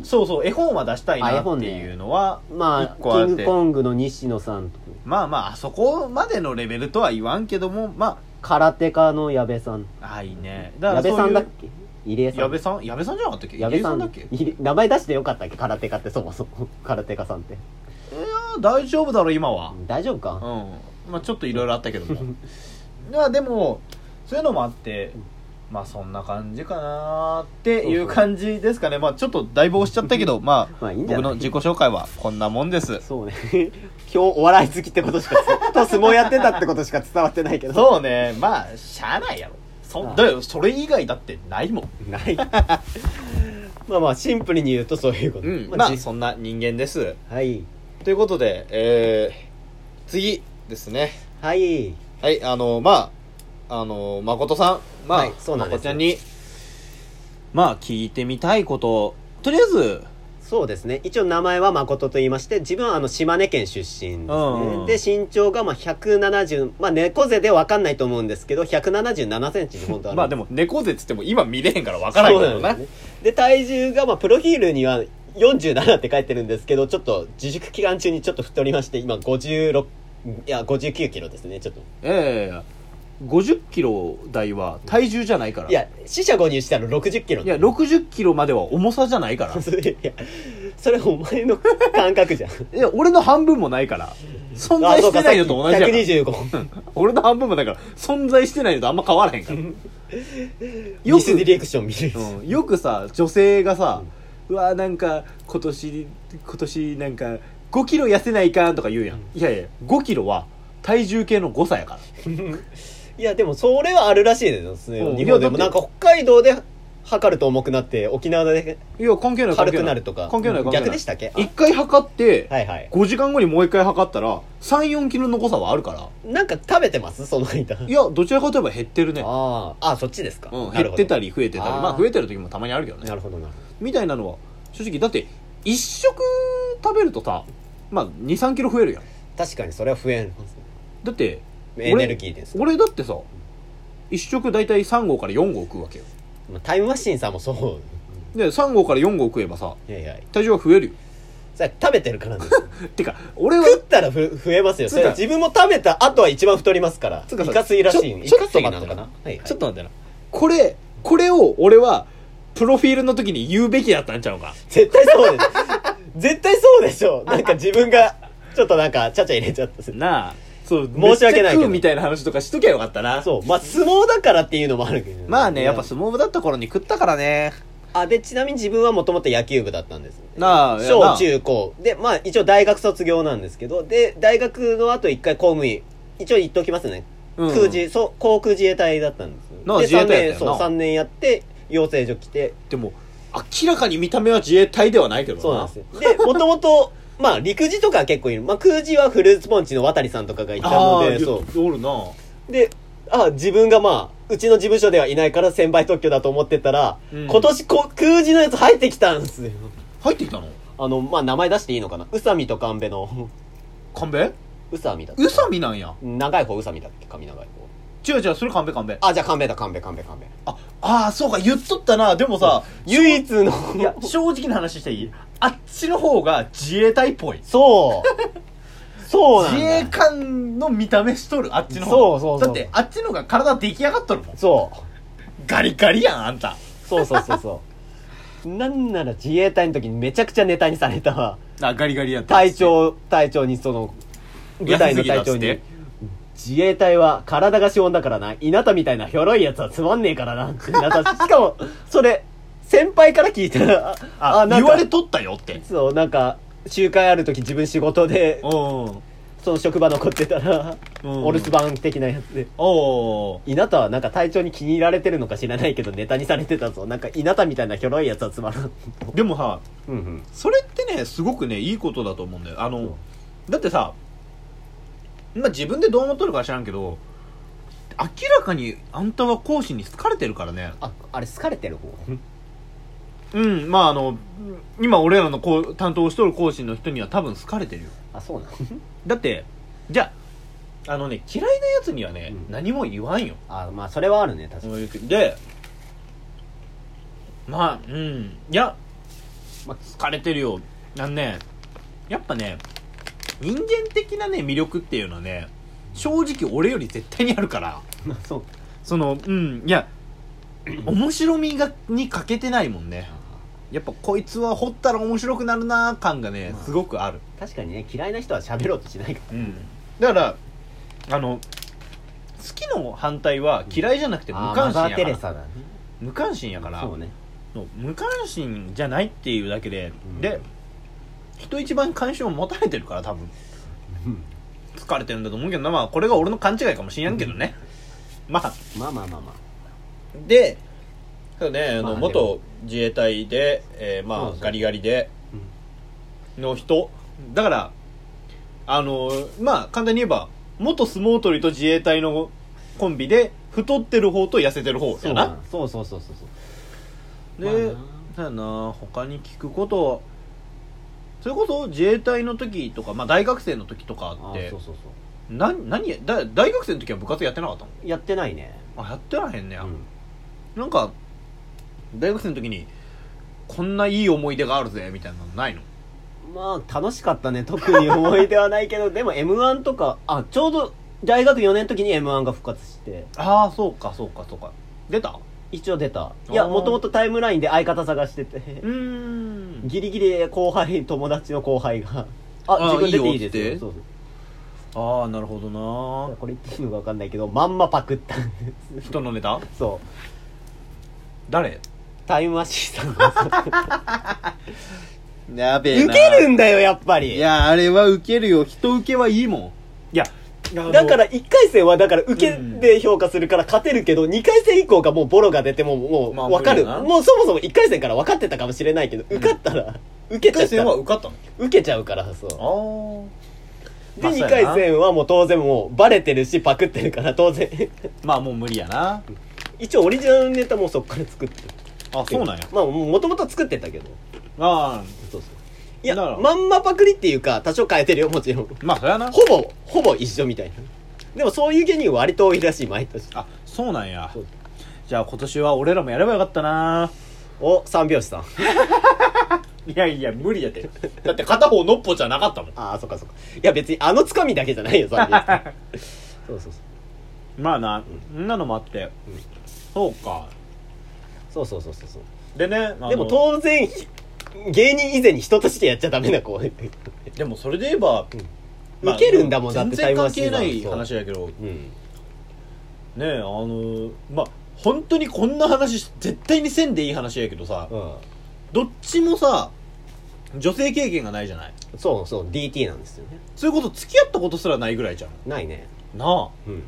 Speaker 2: そうそう絵本は出したい
Speaker 3: あ
Speaker 2: な
Speaker 3: 絵本
Speaker 2: って
Speaker 3: ね
Speaker 2: いうのは、
Speaker 3: ま
Speaker 2: 一
Speaker 3: あ
Speaker 2: 個あって
Speaker 3: キングコングの西野さんとか
Speaker 2: まあまああそこまでのレベルとは言わんけどもま
Speaker 3: 空手家の矢部さん
Speaker 2: ああいいね
Speaker 3: 矢部さんだっ
Speaker 2: け
Speaker 3: け入江さん
Speaker 2: 矢部さん矢部さんじゃなかったっけ
Speaker 3: 矢部さん
Speaker 2: 入江だっけ
Speaker 3: 入江名前出してよかったっけ空手家ってそもそも空手家さんって
Speaker 2: あ大丈夫だろ今は
Speaker 3: 大丈夫
Speaker 2: うん
Speaker 3: か、
Speaker 2: まあちょっといろいろあったけどもまあでもそういうのもあってまあそんな感じかなーっていう感じですかねまあちょっとだいぶ押しちゃったけどまあ
Speaker 3: まあいいんじゃ
Speaker 2: 僕
Speaker 3: ない
Speaker 2: の自己紹介はこんなもんです
Speaker 3: そうね 今日お笑い好きってことしかつと相撲やってたってことしか伝わってないけど
Speaker 2: そうねまあしゃあないやろ
Speaker 3: あ
Speaker 2: そ
Speaker 3: あ
Speaker 2: だよそれ以外だってないもん
Speaker 3: ないまあまあシンプルに言うとそういうこと、
Speaker 2: うんま
Speaker 3: まあ
Speaker 2: あ
Speaker 3: じ
Speaker 2: そんな人間です
Speaker 3: はい
Speaker 2: ということでえー、次ですね
Speaker 3: はい
Speaker 2: はい、あの、まあ、あの、誠さん、まあ、
Speaker 3: はいそうなんで
Speaker 2: 誠
Speaker 3: す
Speaker 2: ちゃんに、まあ、聞いてみたいこと、とりあえず、
Speaker 3: そうですね一応名前は誠と言いまして自分はあの島根県出身ですね、
Speaker 2: うん
Speaker 3: で身長がまあ170まあ猫背で分かんないと思うんですけど177センチに本当ある
Speaker 2: まあでも、猫背っつっても今見れへんからわからんけ
Speaker 3: そ
Speaker 2: ど
Speaker 3: うな
Speaker 2: な。
Speaker 3: んですねで体重がまあプロフィールには47って書いてるんですけどちょっと自粛期間中にちょっと太りまして今56いや59キロですねちょっと
Speaker 2: ええ50キロ台は体重じゃないから。
Speaker 3: い、や死者誤入したら60キロ
Speaker 2: いや、60キロまでは重さじゃないから。
Speaker 3: それいやそれお前の感覚じゃん
Speaker 2: いや、俺の半分もないから。存在してないのと同じやから。
Speaker 3: 125
Speaker 2: 俺の半分もないから、存在してないのとあんま変わらへん から。
Speaker 3: ミスディレクション見る、
Speaker 2: うん、よくさ女性がさ「うわーなんか今年今年なんか5キロ痩せないかん」とか言うやん、いやいや5キロは体重計の誤差やから
Speaker 3: いやでもそれはあるらしいですね
Speaker 2: うん
Speaker 3: 日本でも
Speaker 2: いやだ
Speaker 3: な
Speaker 2: っ
Speaker 3: ん
Speaker 2: て
Speaker 3: か北海道で測ると重くなって沖縄で
Speaker 2: いや関係ない関
Speaker 3: 軽
Speaker 2: 係
Speaker 3: く
Speaker 2: な
Speaker 3: ないるとか
Speaker 2: 関係ない関係ない
Speaker 3: 逆でしたっけあ
Speaker 2: 一回測って、
Speaker 3: はいはい
Speaker 2: 5時間後にもう一回測ったら34キロの誤差はあるから
Speaker 3: なんか食べてますその間
Speaker 2: いやどちらかといえば減ってるね
Speaker 3: あああそっちですか、
Speaker 2: うん、
Speaker 3: なる
Speaker 2: 減っ
Speaker 3: ほど
Speaker 2: てたり増えてたり
Speaker 3: あー
Speaker 2: まあ増えてる時もたまにあるけどね
Speaker 3: なるほどなる
Speaker 2: みたいなのは正直だって1食食べるとさまあ2 3キロ増えるやん
Speaker 3: 確かにそれは増えますね
Speaker 2: だって俺
Speaker 3: エネルギーです
Speaker 2: 俺だってさ1食大体3合から4合食うわけよ
Speaker 3: まあタイムマシーンさんもそう
Speaker 2: で3合から4合食えばさ
Speaker 3: いやいや
Speaker 2: 体重は増えるよ
Speaker 3: それは食べてるからですよ
Speaker 2: てか俺は
Speaker 3: 食ったらふ増えますよそれは
Speaker 2: つうか
Speaker 3: 自分も食べた後は一番太りますから
Speaker 2: つうか
Speaker 3: イ
Speaker 2: さ
Speaker 3: カ水らしいイ
Speaker 2: ちょちょ
Speaker 3: カ
Speaker 2: っと
Speaker 3: 水
Speaker 2: 待
Speaker 3: な
Speaker 2: ってな
Speaker 3: のかなはいはい
Speaker 2: ちょっと待ってなこれこれを俺はプロフィールの時に言うべきだったんちゃうか
Speaker 3: 絶対そうです絶対そうでしょなんか自分がちょっとなんかちゃちゃ入れちゃった
Speaker 2: なあそう
Speaker 3: 申し訳ないけ
Speaker 2: めっちゃ
Speaker 3: ど
Speaker 2: 食うみたいな話とかしときゃよかったな
Speaker 3: そうまあ相撲だからっていうのもあるけど
Speaker 2: まあねやっぱ相撲部だった頃に食ったからね
Speaker 3: あでちなみに自分はもともと野球部だったんです
Speaker 2: なあいやなあ
Speaker 3: 小中高でまあ一応大学卒業なんですけどで大学の後一回公務員一応言っておきますね、
Speaker 2: うん
Speaker 3: 空自そう航空自衛隊だったんですよ
Speaker 2: なあ
Speaker 3: で
Speaker 2: 自衛隊やったよ
Speaker 3: 3年そう
Speaker 2: な
Speaker 3: 3年やって養成所来て
Speaker 2: でも明らかに見た目は自衛隊ではないけど
Speaker 3: そうなんですよでもともと まあ陸自とかは結構いる、まあ、空自はフルーツポンチの渡さんとかがいた
Speaker 2: あ
Speaker 3: の
Speaker 2: あ
Speaker 3: でそう
Speaker 2: ーおるな
Speaker 3: で、あ、自分がまあ、うちの事務所ではいないから先輩特許だと思ってたら、
Speaker 2: うん
Speaker 3: 今年こ空時のやつ入ってきたんですよ。
Speaker 2: 入ってきたの
Speaker 3: あの、まあ、名前出していいのかな宇佐美と神戸の。
Speaker 2: 神戸
Speaker 3: 宇佐美だった。
Speaker 2: 宇佐美なんや
Speaker 3: 長い方宇佐美だっけ髪長い方。
Speaker 2: 違う違うそれ神戸神戸
Speaker 3: あ、じゃあ神戸だ、神戸、神戸、神戸。
Speaker 2: ああーそうか言っとったなでもさ
Speaker 3: 唯一の。
Speaker 2: いや正直な話していいあっちの方が自衛隊っぽい
Speaker 3: そう。そうなん
Speaker 2: 自
Speaker 3: だ。
Speaker 2: 衛官の見た目しとるあっちの方が
Speaker 3: そうそうそう
Speaker 2: だってあっちの方が体出来上がっとるもん
Speaker 3: そう。
Speaker 2: ガリガリやんあんた
Speaker 3: そうそうそうそう。なんなら自衛隊の時にめちゃくちゃネタにされたわ。
Speaker 2: あガリガリやん
Speaker 3: 隊長隊長にその部隊の隊
Speaker 2: 安
Speaker 3: 長
Speaker 2: すぎだっ
Speaker 3: に
Speaker 2: つって
Speaker 3: 自衛隊は体が資本だからな稲田みたいなひょろいやつはつまんねえからなってなったししかもそれ先輩から聞いたら
Speaker 2: あ
Speaker 3: なん
Speaker 2: 言
Speaker 3: か
Speaker 2: われとったよって
Speaker 3: そうなんか集会ある時自分仕事で
Speaker 2: おうん
Speaker 3: その職場残ってたら、
Speaker 2: うん
Speaker 3: お留守番的なやつで
Speaker 2: おー
Speaker 3: 稲田はなんか隊長に気に入られてるのか知らないけどネタにされてたぞなんか稲田みたいなひょろいやつはつまらん
Speaker 2: でもさ
Speaker 3: うんうん
Speaker 2: それってねすごくねいいことだと思うんだよあ
Speaker 3: そう
Speaker 2: のだってさまあ自分でどう思っとるかは知らんけど明らかにあんたは講師に好かれてるからね
Speaker 3: ああれ好かれてる方
Speaker 2: うんまああの今俺らのこう担当しとる講師の人には多分好かれてるよ
Speaker 3: あそうなの
Speaker 2: だってじゃああのね嫌いなやつにはね、
Speaker 3: うん
Speaker 2: 何も言わんよ
Speaker 3: あまあそれはあるね確かに
Speaker 2: でまあ、うん。いや、まあ、疲れてるよ。あのね、やっぱね、人間的なね、魅力っていうのはね、正直俺より絶対にあるから、
Speaker 3: まあそう
Speaker 2: その、うん、いや、面白みが、に欠けてないもんね。やっぱこいつは掘ったら面白くなるなー感がね、
Speaker 3: まあ
Speaker 2: すごくある。
Speaker 3: 確かにね嫌いな人は喋ろうとしないか
Speaker 2: うん。だから、あの、好きの反対は嫌いじゃなくて
Speaker 3: ら
Speaker 2: 無関
Speaker 3: あー
Speaker 2: 心
Speaker 3: マザ
Speaker 2: や
Speaker 3: ー・テ
Speaker 2: か
Speaker 3: レ
Speaker 2: ら。
Speaker 3: サだね
Speaker 2: 無関心やから。
Speaker 3: そうね
Speaker 2: の無関心じゃないっていうだけで、
Speaker 3: うん
Speaker 2: で人一番関心を持たれてるから多分
Speaker 3: うん
Speaker 2: 疲れてるんだと思うけどなまあこれが俺の勘違いかもしれんけどね、まあ
Speaker 3: まあまあまあまあ
Speaker 2: でそうねあの
Speaker 3: まあでも
Speaker 2: 元自衛隊で、えー
Speaker 3: そう
Speaker 2: ま
Speaker 3: そ
Speaker 2: あ
Speaker 3: う
Speaker 2: ガリガリでの人だからあのまあ簡単に言えば元相撲取りと自衛隊のコンビで太ってる方と痩せてる方
Speaker 3: そ
Speaker 2: や
Speaker 3: う
Speaker 2: な
Speaker 3: なそうそうそうそうそう
Speaker 2: で、
Speaker 3: まあな
Speaker 2: そうやな他に聞くことそれこそ自衛隊の時とか、まあ、大学生の時とか
Speaker 3: あ
Speaker 2: っ
Speaker 3: ー
Speaker 2: て
Speaker 3: そうそうそ
Speaker 2: な何やだ大学生の時は部活やってなかった
Speaker 3: うやってないね
Speaker 2: のあやってらへんねや、
Speaker 3: うん
Speaker 2: なんか大学生の時にこんないい思い出があるぜみたいなのないの
Speaker 3: まあ楽しかったね特に思い出はないけどでも m 1とかあちょうど大学4年の時に m 1が復活して
Speaker 2: ああそうかそうかそうか出た
Speaker 3: 一応出たいや
Speaker 2: あー
Speaker 3: もともとタイムラインで相方探してて
Speaker 2: うーん
Speaker 3: ギリギリで後輩友達の後輩が「あ
Speaker 2: あ
Speaker 3: 自分出ていい
Speaker 2: いいよ
Speaker 3: で
Speaker 2: っ
Speaker 3: す
Speaker 2: て
Speaker 3: よ」そう
Speaker 2: ああなるほど
Speaker 3: そ
Speaker 2: な
Speaker 3: うこれ言っていいのか分かんないけどまんまパクったんで
Speaker 2: 人のネタ
Speaker 3: す そう
Speaker 2: 誰
Speaker 3: タイムマシーンさんが
Speaker 2: やべ
Speaker 3: ウケるんだよやっぱり
Speaker 2: やあれはウケるよ人ウケはいいもんいや
Speaker 3: だから1回戦はだから受け
Speaker 2: うん
Speaker 3: で評価するから勝てるけど、2回戦以降がもうボロが出てもも
Speaker 2: まあ
Speaker 3: う分かる、
Speaker 2: 無理だな
Speaker 3: もうそもそも1回戦から分かってたかもしれないけど、受かったら受けちゃったら
Speaker 2: 受かったの
Speaker 3: 受けちゃうからそう
Speaker 2: あー
Speaker 3: で
Speaker 2: まあそう
Speaker 3: 2
Speaker 2: やな
Speaker 3: 回戦はもう当然もうバレてるしパクってるから当然
Speaker 2: まあもう無理やな
Speaker 3: 一応オリジナルネタもそっから作ってる
Speaker 2: あそうなんや
Speaker 3: まあもともと作ってたけど
Speaker 2: ああ
Speaker 3: そうそういや
Speaker 2: なら
Speaker 3: まんまパクリっていうか多少変えてるよもちろん
Speaker 2: まあそりゃな
Speaker 3: ほぼほぼ一緒みたいなでもそういう芸人割と多いらしい毎年
Speaker 2: あそうなんや
Speaker 3: そう
Speaker 2: じゃあ今年は俺らもやればよかったな
Speaker 3: お三拍子 さん
Speaker 2: いやいや無理やてだって片方のっぽじゃなかったもん
Speaker 3: ああそっかそっかいや別にあのつかみだけじゃないよ三拍 子そうそう
Speaker 2: まあなそんなのもあって
Speaker 3: うん
Speaker 2: そうか
Speaker 3: そうそうそうそうそう
Speaker 2: でね
Speaker 3: で
Speaker 2: で
Speaker 3: も
Speaker 2: もと
Speaker 3: 当然ひ芸人以前に人としてやっちゃダメな子
Speaker 2: でもそれで言えば
Speaker 3: うん
Speaker 2: まあ
Speaker 3: ウケるんだもんだっ
Speaker 2: 全
Speaker 3: て
Speaker 2: 然関係な
Speaker 3: タイムマ
Speaker 2: い
Speaker 3: シーンはそ
Speaker 2: 話だけどね
Speaker 3: うん
Speaker 2: あのーまあ本当にこんな話絶対にせんでいい話やけどさ
Speaker 3: うん
Speaker 2: どっちもさ女性経験がないじゃない
Speaker 3: そうそう DT なんですよね
Speaker 2: そういうこと付き合ったことすらないぐらいじゃん
Speaker 3: ないね
Speaker 2: なあ
Speaker 3: うん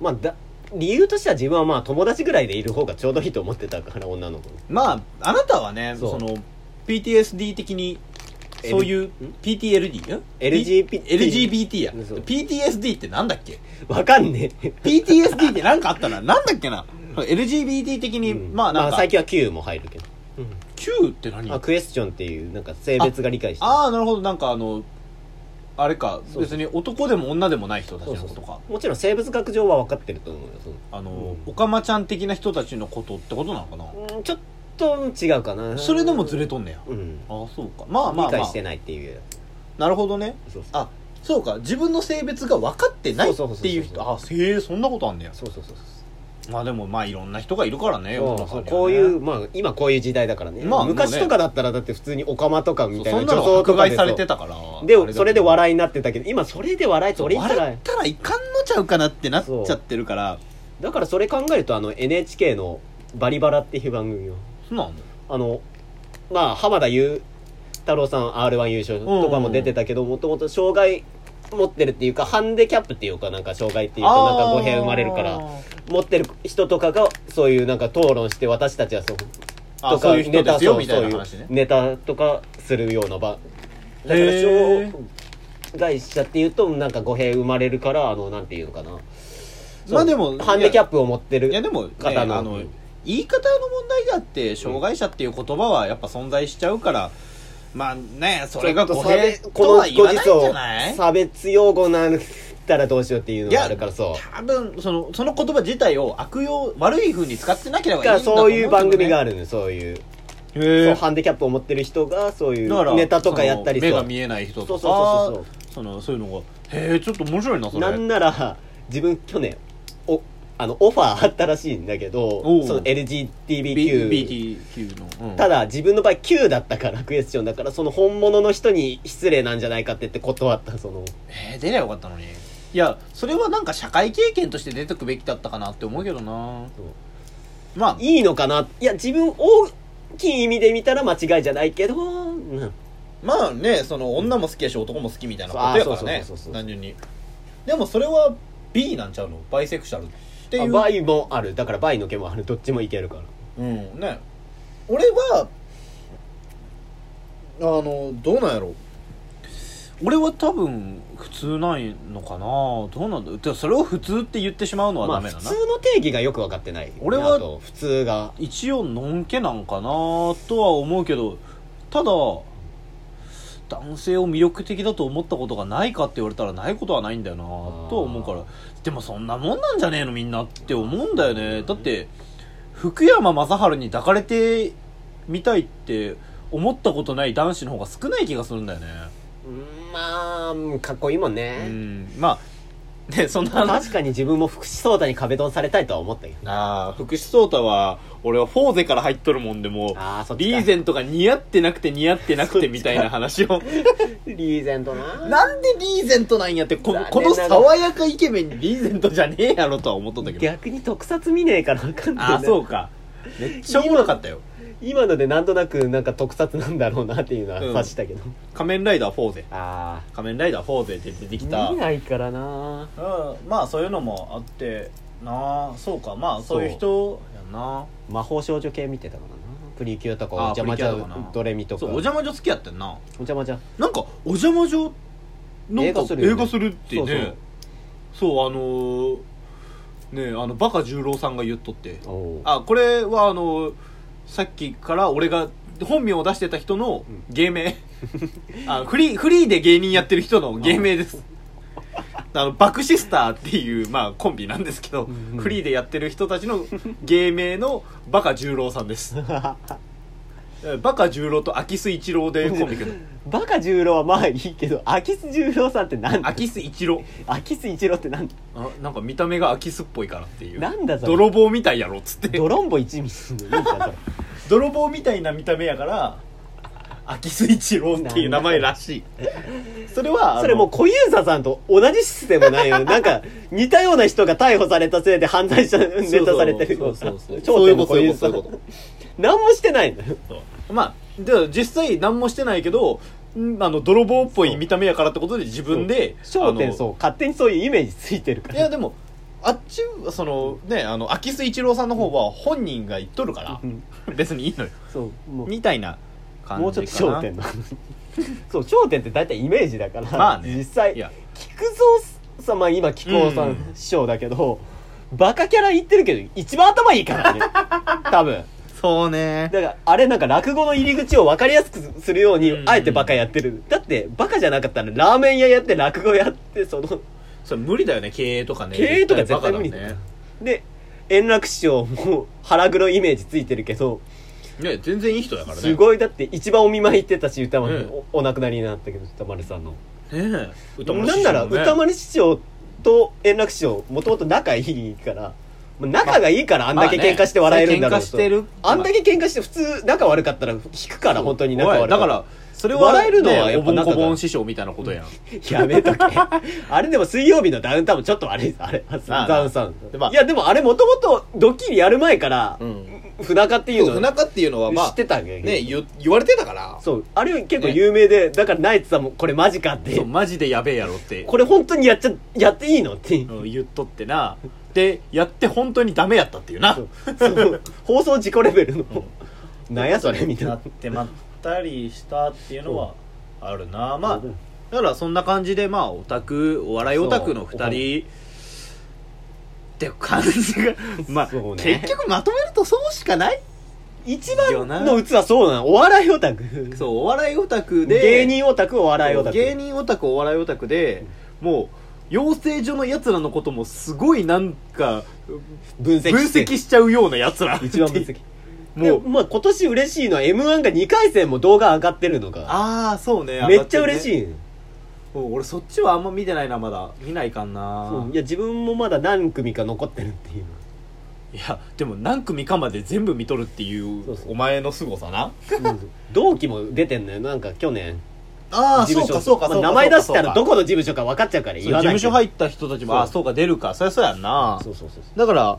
Speaker 3: まあだ理由としては自分はまあ友達ぐらいでいる方がちょうどいいと思ってたから女の子に
Speaker 2: まああなたはね
Speaker 3: そう
Speaker 2: その PTSD 的にそういう PTLD ん
Speaker 3: LGBT
Speaker 2: LGBT や
Speaker 3: そう
Speaker 2: PTSD ってなんだっけ
Speaker 3: わかんねえ
Speaker 2: PTSD ってなんかあったななんだっけな LGBT 的に、
Speaker 3: うん
Speaker 2: まあなん
Speaker 3: まあ
Speaker 2: か、
Speaker 3: 最近は Q も入るけど、
Speaker 2: Q って何
Speaker 3: あ
Speaker 2: あ
Speaker 3: クエスチョンっていうなんか性別が理解して
Speaker 2: あーなるほどなんかあのあれか
Speaker 3: そう
Speaker 2: 別に男でも女でもない人たち
Speaker 3: そう
Speaker 2: の
Speaker 3: そう
Speaker 2: ことか
Speaker 3: そうもちろん生物学上は分かってると思うよそ
Speaker 2: あの
Speaker 3: うん
Speaker 2: おかまちゃん的な人たちのことってことなのかな
Speaker 3: のうんちょっと違うかな
Speaker 2: それでもずれとんねや
Speaker 3: うん
Speaker 2: ああそうかまあま
Speaker 3: 理
Speaker 2: あま
Speaker 3: 解
Speaker 2: あ
Speaker 3: してないっていう
Speaker 2: なるほどね
Speaker 3: そうそう
Speaker 2: あそうか自分の性別が分かってないっ
Speaker 3: そうそうそうそう
Speaker 2: ていう人あへえそんなことあんねや
Speaker 3: そうそうそうそう
Speaker 2: まあでもまあいろんな人がいるからね
Speaker 3: そう
Speaker 2: 世の中にはね
Speaker 3: こういうまあ今こういう時代だからね、
Speaker 2: まあ
Speaker 3: 昔
Speaker 2: もうね
Speaker 3: とかだったらだって普通にオカマとかみ
Speaker 2: そう
Speaker 3: たい
Speaker 2: そ
Speaker 3: なん
Speaker 2: なの
Speaker 3: 女
Speaker 2: が
Speaker 3: 装
Speaker 2: 迫
Speaker 3: とか
Speaker 2: 害
Speaker 3: でそ
Speaker 2: さ
Speaker 3: う
Speaker 2: れてたから
Speaker 3: でそれで
Speaker 2: い
Speaker 3: 笑いになってたけど今それで笑いって俺言ったら
Speaker 2: 笑ったらいかんのちゃうかなってなっちゃってるから
Speaker 3: だからそれ考えるとあの NHK の「バリバラ」っていう番組を
Speaker 2: そうなの
Speaker 3: あのまあ浜田雄太郎さん r 1優勝とかも出てたけどもともと障害持ってるっていうかハンデキャップっていうかなんか障害っていうとなんか語弊生まれるから持ってる人とかがそういうなんか討論して私たちはそう
Speaker 2: あ
Speaker 3: と
Speaker 2: そ
Speaker 3: か
Speaker 2: ういう人ですよみたいな
Speaker 3: そ
Speaker 2: 話
Speaker 3: うそういう
Speaker 2: ね
Speaker 3: ネタとかするような場だから
Speaker 2: へ
Speaker 3: 障
Speaker 2: ー
Speaker 3: 害者っていうとなんか語弊生まれるからあのなんていうのかなそう
Speaker 2: まあでも
Speaker 3: ハンデキャップを持ってる
Speaker 2: いやでもね
Speaker 3: 方
Speaker 2: あ
Speaker 3: の
Speaker 2: の言い方の問題であって障害者っていう言葉はやっぱ存在しちゃうからまあねそれが語弊
Speaker 3: ことの
Speaker 2: は言
Speaker 3: 後
Speaker 2: わない
Speaker 3: 日
Speaker 2: んじゃ
Speaker 3: を
Speaker 2: ない
Speaker 3: 差別用語なったらどうしようっていうのがあるからそう
Speaker 2: 多分そのその言葉自体を悪用悪い風に使ってなければいいん
Speaker 3: だか
Speaker 2: だ
Speaker 3: らそういう番組が
Speaker 2: あ
Speaker 3: あるのそういう
Speaker 2: る、
Speaker 3: そ
Speaker 2: へ
Speaker 3: うハンディキャップを持ってる人がそうい
Speaker 2: だから
Speaker 3: うネタとかやったり
Speaker 2: その
Speaker 3: そ
Speaker 2: 目が
Speaker 3: う
Speaker 2: 見えない人とか
Speaker 3: そうそうそう
Speaker 2: そのそういうのがへえちょっと面白いなそれ
Speaker 3: なんなら自分去年おあのオファーあったらしいんだけど
Speaker 2: おう
Speaker 3: その LGBTQ
Speaker 2: BTQ の、うん
Speaker 3: ただ自分の場合 Q だったからクエスチョンだからその本物の人に失礼なんじゃないかって言って断ったその
Speaker 2: えー、出りゃよかったのにいやそれはなんか社会経験として出てくべきだったかなって思うけどなまあ
Speaker 3: いいのかないや自分大きい意味で見たら間違いじゃないけど、うん、
Speaker 2: まあねその女も好きやし男も好きみたいなことやからね
Speaker 3: あそうそうそうそうそう
Speaker 2: 単純にでもそれは B なんちゃうのバイセクシャルってい
Speaker 3: あ
Speaker 2: う
Speaker 3: バイもあるだからバイの毛もあるどっちもいけるから
Speaker 2: うんね俺はあのどうなんやろ俺は多分普通ないのかなどうなんだてかそれを普通って言ってしまうのは
Speaker 3: ま
Speaker 2: ダ
Speaker 3: あ
Speaker 2: メだ
Speaker 3: 普
Speaker 2: な、
Speaker 3: 通の定義がよく分かってない
Speaker 2: 俺は
Speaker 3: あと普通が
Speaker 2: 一応のんけなんかなとは思うけどただ男性を魅力的だと思ったことがないかって言われたらないことはないんだよなとは思うからでもそんなもんなんじゃねえのみんなって思うんだよねだって福山雅治に抱かれてみたいって思ったことない男子の方が少ない気がするんだよね
Speaker 3: うんまあかっこいいもん
Speaker 2: う
Speaker 3: ね、
Speaker 2: んまあねそんな話
Speaker 3: 確かに自分も福士蒼太に壁ドンされたいとは思ったけど
Speaker 2: ああ福士蒼太は俺はフォーゼから入っとるもんでもう
Speaker 3: ああそっちか
Speaker 2: リーゼントが似合ってなくて似合ってなくてみたいな話を。
Speaker 3: リーゼント な
Speaker 2: なんでリーゼントなんやって、このこの
Speaker 3: 残念ながら
Speaker 2: 爽やかイケメンにリーゼントじゃねえやろとは思っとったけど。
Speaker 3: 逆に特撮見ねえから分かんない
Speaker 2: ああ、そうか。めっちゃおもろかったよ。
Speaker 3: 今のでなんとなくなんか特撮なんだろうなっていうのは
Speaker 2: うん
Speaker 3: 察したけど、
Speaker 2: 仮面ライダーフォーゼ。
Speaker 3: あ
Speaker 2: 仮面ライダーフォーゼって出てきた。
Speaker 3: あ
Speaker 2: う
Speaker 3: 見
Speaker 2: ん、
Speaker 3: ないからな
Speaker 2: まあそういうのもあって、なあ、そうか、まあそういう人やな。
Speaker 3: 魔法少女系見てたからなプリキュアとかお
Speaker 2: あー
Speaker 3: 邪魔じゃ
Speaker 2: プリキュアとかな
Speaker 3: ドレミとか
Speaker 2: そう、お邪魔女好きやってんな。
Speaker 3: お邪魔じゃ
Speaker 2: なんか、お邪魔女、なん
Speaker 3: 映
Speaker 2: か
Speaker 3: 画するよね
Speaker 2: 映画するってね。
Speaker 3: そうそう
Speaker 2: そう、あのー、ねあの、バカ十郎さんが言っとって。
Speaker 3: おお
Speaker 2: あこれはあのさっきから俺が本名を出してた人の
Speaker 3: うん
Speaker 2: 芸名、あフリーフリーで芸人やってる人の芸名ですあのバクシスターっていう、まあ、コンビなんですけど、
Speaker 3: んうん
Speaker 2: フリーでやってる人たちの芸名のバカ十郎さんですバカ十郎と秋須一郎でコンビけど
Speaker 3: バカ十郎はまあいいけど秋須十郎さんってなんだ
Speaker 2: 秋須一郎
Speaker 3: 秋須一郎ってなんだ
Speaker 2: あなんか見た目が秋須っぽいからっていう
Speaker 3: なんだそれ
Speaker 2: 泥棒みたいやろっつって
Speaker 3: ドロンボ一味のいいじゃんそれ
Speaker 2: 泥棒みたいな見た目やから秋須一郎っていう名前らしいそれはあの
Speaker 3: それもう小遊三さんと同じシステムない よねなんか似たような人が逮捕されたせいで犯罪者
Speaker 2: そう
Speaker 3: ネ
Speaker 2: そう
Speaker 3: タされてる
Speaker 2: そうそうそう
Speaker 3: 頂点の小遊
Speaker 2: そう
Speaker 3: 三
Speaker 2: いうことそういう
Speaker 3: さん
Speaker 2: こ
Speaker 3: 何もしてないのよ
Speaker 2: そうまあで実際何もしてないけどんあの泥棒っぽい見た目やからってことで自分で
Speaker 3: 焦
Speaker 2: あ
Speaker 3: 点
Speaker 2: の
Speaker 3: そう勝手にそういうイメージついてるか
Speaker 2: い
Speaker 3: ら
Speaker 2: やでもあっちそのねあの秋須一郎さんの方は本人が言っとるから
Speaker 3: うん
Speaker 2: 別にいいのよ
Speaker 3: そうもう
Speaker 2: みたいな感じかな
Speaker 3: もうちょっと焦点の話 そう焦点って大体イメージだから、
Speaker 2: まあね
Speaker 3: 実際
Speaker 2: いや
Speaker 3: 菊蔵さんまあ今菊蔵さん、
Speaker 2: うん
Speaker 3: 師匠だけどバカキャラ言ってるけど一番頭いいから ね多分
Speaker 2: そうね
Speaker 3: だからあれなんか落語の入り口を分かりやすくするように
Speaker 2: うん
Speaker 3: あえてバカやってるだってバカじゃなかったらラーメン屋やって落語やってその
Speaker 2: それ無理だよね経営とかね
Speaker 3: 経営とか絶対
Speaker 2: バカだ
Speaker 3: 無
Speaker 2: もん
Speaker 3: 理
Speaker 2: ね
Speaker 3: だよで円楽師匠も腹黒イメージついてるけど
Speaker 2: ね全然いい人だからね
Speaker 3: すごいだって一番お見舞い行ってたし歌丸、
Speaker 2: うん
Speaker 3: おお亡くなりになったけど歌丸さんの
Speaker 2: ねえ歌丸師
Speaker 3: な
Speaker 2: 匠
Speaker 3: んなら
Speaker 2: ね
Speaker 3: 歌丸師匠と円楽師匠もともと仲いいからまあ仲がいいからあんだけ喧嘩して笑えるんだろう
Speaker 2: まあね喧嘩してる
Speaker 3: あんだけ喧嘩して普通仲悪かったら引くから本当に仲
Speaker 2: お
Speaker 3: 悪
Speaker 2: い
Speaker 3: か
Speaker 2: だ
Speaker 3: っ
Speaker 2: か
Speaker 3: た
Speaker 2: らそれは
Speaker 3: 笑えるのは
Speaker 2: ね
Speaker 3: や
Speaker 2: お
Speaker 3: っぱ
Speaker 2: ぼん
Speaker 3: 仲
Speaker 2: こ
Speaker 3: が
Speaker 2: ぼん師匠みたいなことやん、
Speaker 3: やめとけ。あれでも水曜日のダウンタウンちょっと悪いです、あれ。
Speaker 2: まあ
Speaker 3: ダウンさん
Speaker 2: でま。あ
Speaker 3: いや、でもあれもともとドッキリやる前から、船中ってい
Speaker 2: そう
Speaker 3: う
Speaker 2: 不
Speaker 3: のを
Speaker 2: 仲っていうのはまあ
Speaker 3: 知ってたんやけど
Speaker 2: ね言言われてたから
Speaker 3: そう。あれ結構有名で、だからナイツさんもこれマジかっ
Speaker 2: そう
Speaker 3: て。
Speaker 2: マジでやべえやろって、
Speaker 3: これ本当にやっちゃ、やっていいのって。
Speaker 2: うん言っとってなでやって本当にダメやったっていうな
Speaker 3: そうそう放送事故レベルの。なんやそれみたい
Speaker 2: な
Speaker 3: な
Speaker 2: っ。てまったりしたっていうのはあるなまあ
Speaker 3: うん
Speaker 2: だからそんな感じでまあオタクお笑いオタクの2人って感じがまあ、
Speaker 3: そうね
Speaker 2: 結局まとめるとそうしかない
Speaker 3: 一
Speaker 2: よ
Speaker 3: 番
Speaker 2: な
Speaker 3: の器そうなの。お笑いオタク。
Speaker 2: そうお笑いオタクで
Speaker 3: 芸人オタク、お笑いオタク。
Speaker 2: 芸人オタクお笑いオタクでもう養成所のやつらのこともすごいなんか
Speaker 3: 分析
Speaker 2: 分析しちゃうようなやつら
Speaker 3: 一番分析
Speaker 2: も
Speaker 3: も
Speaker 2: う
Speaker 3: うまあ今年嬉しいのは m 1が2回戦も動画上がってるのが
Speaker 2: ああそうね
Speaker 3: めっちゃ嬉
Speaker 2: い
Speaker 3: しいの
Speaker 2: 俺そっちはあんま見てないなまだ見ないかんな
Speaker 3: そういや自分もまだ何組か残ってるっていう
Speaker 2: いやでも何組かまで全部見とるっていう
Speaker 3: そうそう
Speaker 2: お前の凄さな
Speaker 3: 同期も出てんのよなんか去年
Speaker 2: あ
Speaker 3: 事務所まあ名前出したらどこの事務所か分かっちゃうから
Speaker 2: 事
Speaker 3: 言わな
Speaker 2: 務
Speaker 3: いけ
Speaker 2: 所
Speaker 3: ど
Speaker 2: 入った人たちも
Speaker 3: そう
Speaker 2: あそうか出るかそりゃそうやんな
Speaker 3: そうそうそうそう
Speaker 2: だから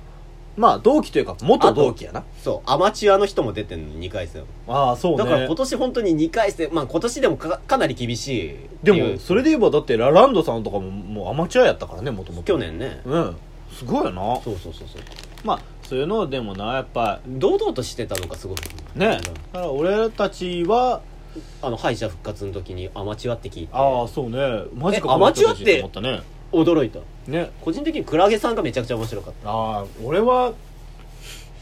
Speaker 2: まあ同期というか元同期やな
Speaker 3: そうアマチュアの人も出てんの2回戦
Speaker 2: ああそうね
Speaker 3: だから今年本当に2回戦まあ今年でもかかなり厳しいっ
Speaker 2: で
Speaker 3: ていう
Speaker 2: もそれで言えばだってラランドさんとかももうアマチュアやったからねもともと
Speaker 3: 去年ね
Speaker 2: うんすごいよな
Speaker 3: そうそうそうそう
Speaker 2: まあそういうのでもなやっぱ
Speaker 3: 堂々としてたのがすごい
Speaker 2: ねだから俺たちは
Speaker 3: あの敗者復活の時にアマチュアって聞いて
Speaker 2: ああそうねマジか
Speaker 3: えアマチュアって
Speaker 2: この人たち思ったね
Speaker 3: 驚いた
Speaker 2: ね
Speaker 3: 個人的にクラゲさんがめちゃくちゃ面白かっ
Speaker 2: ああ俺は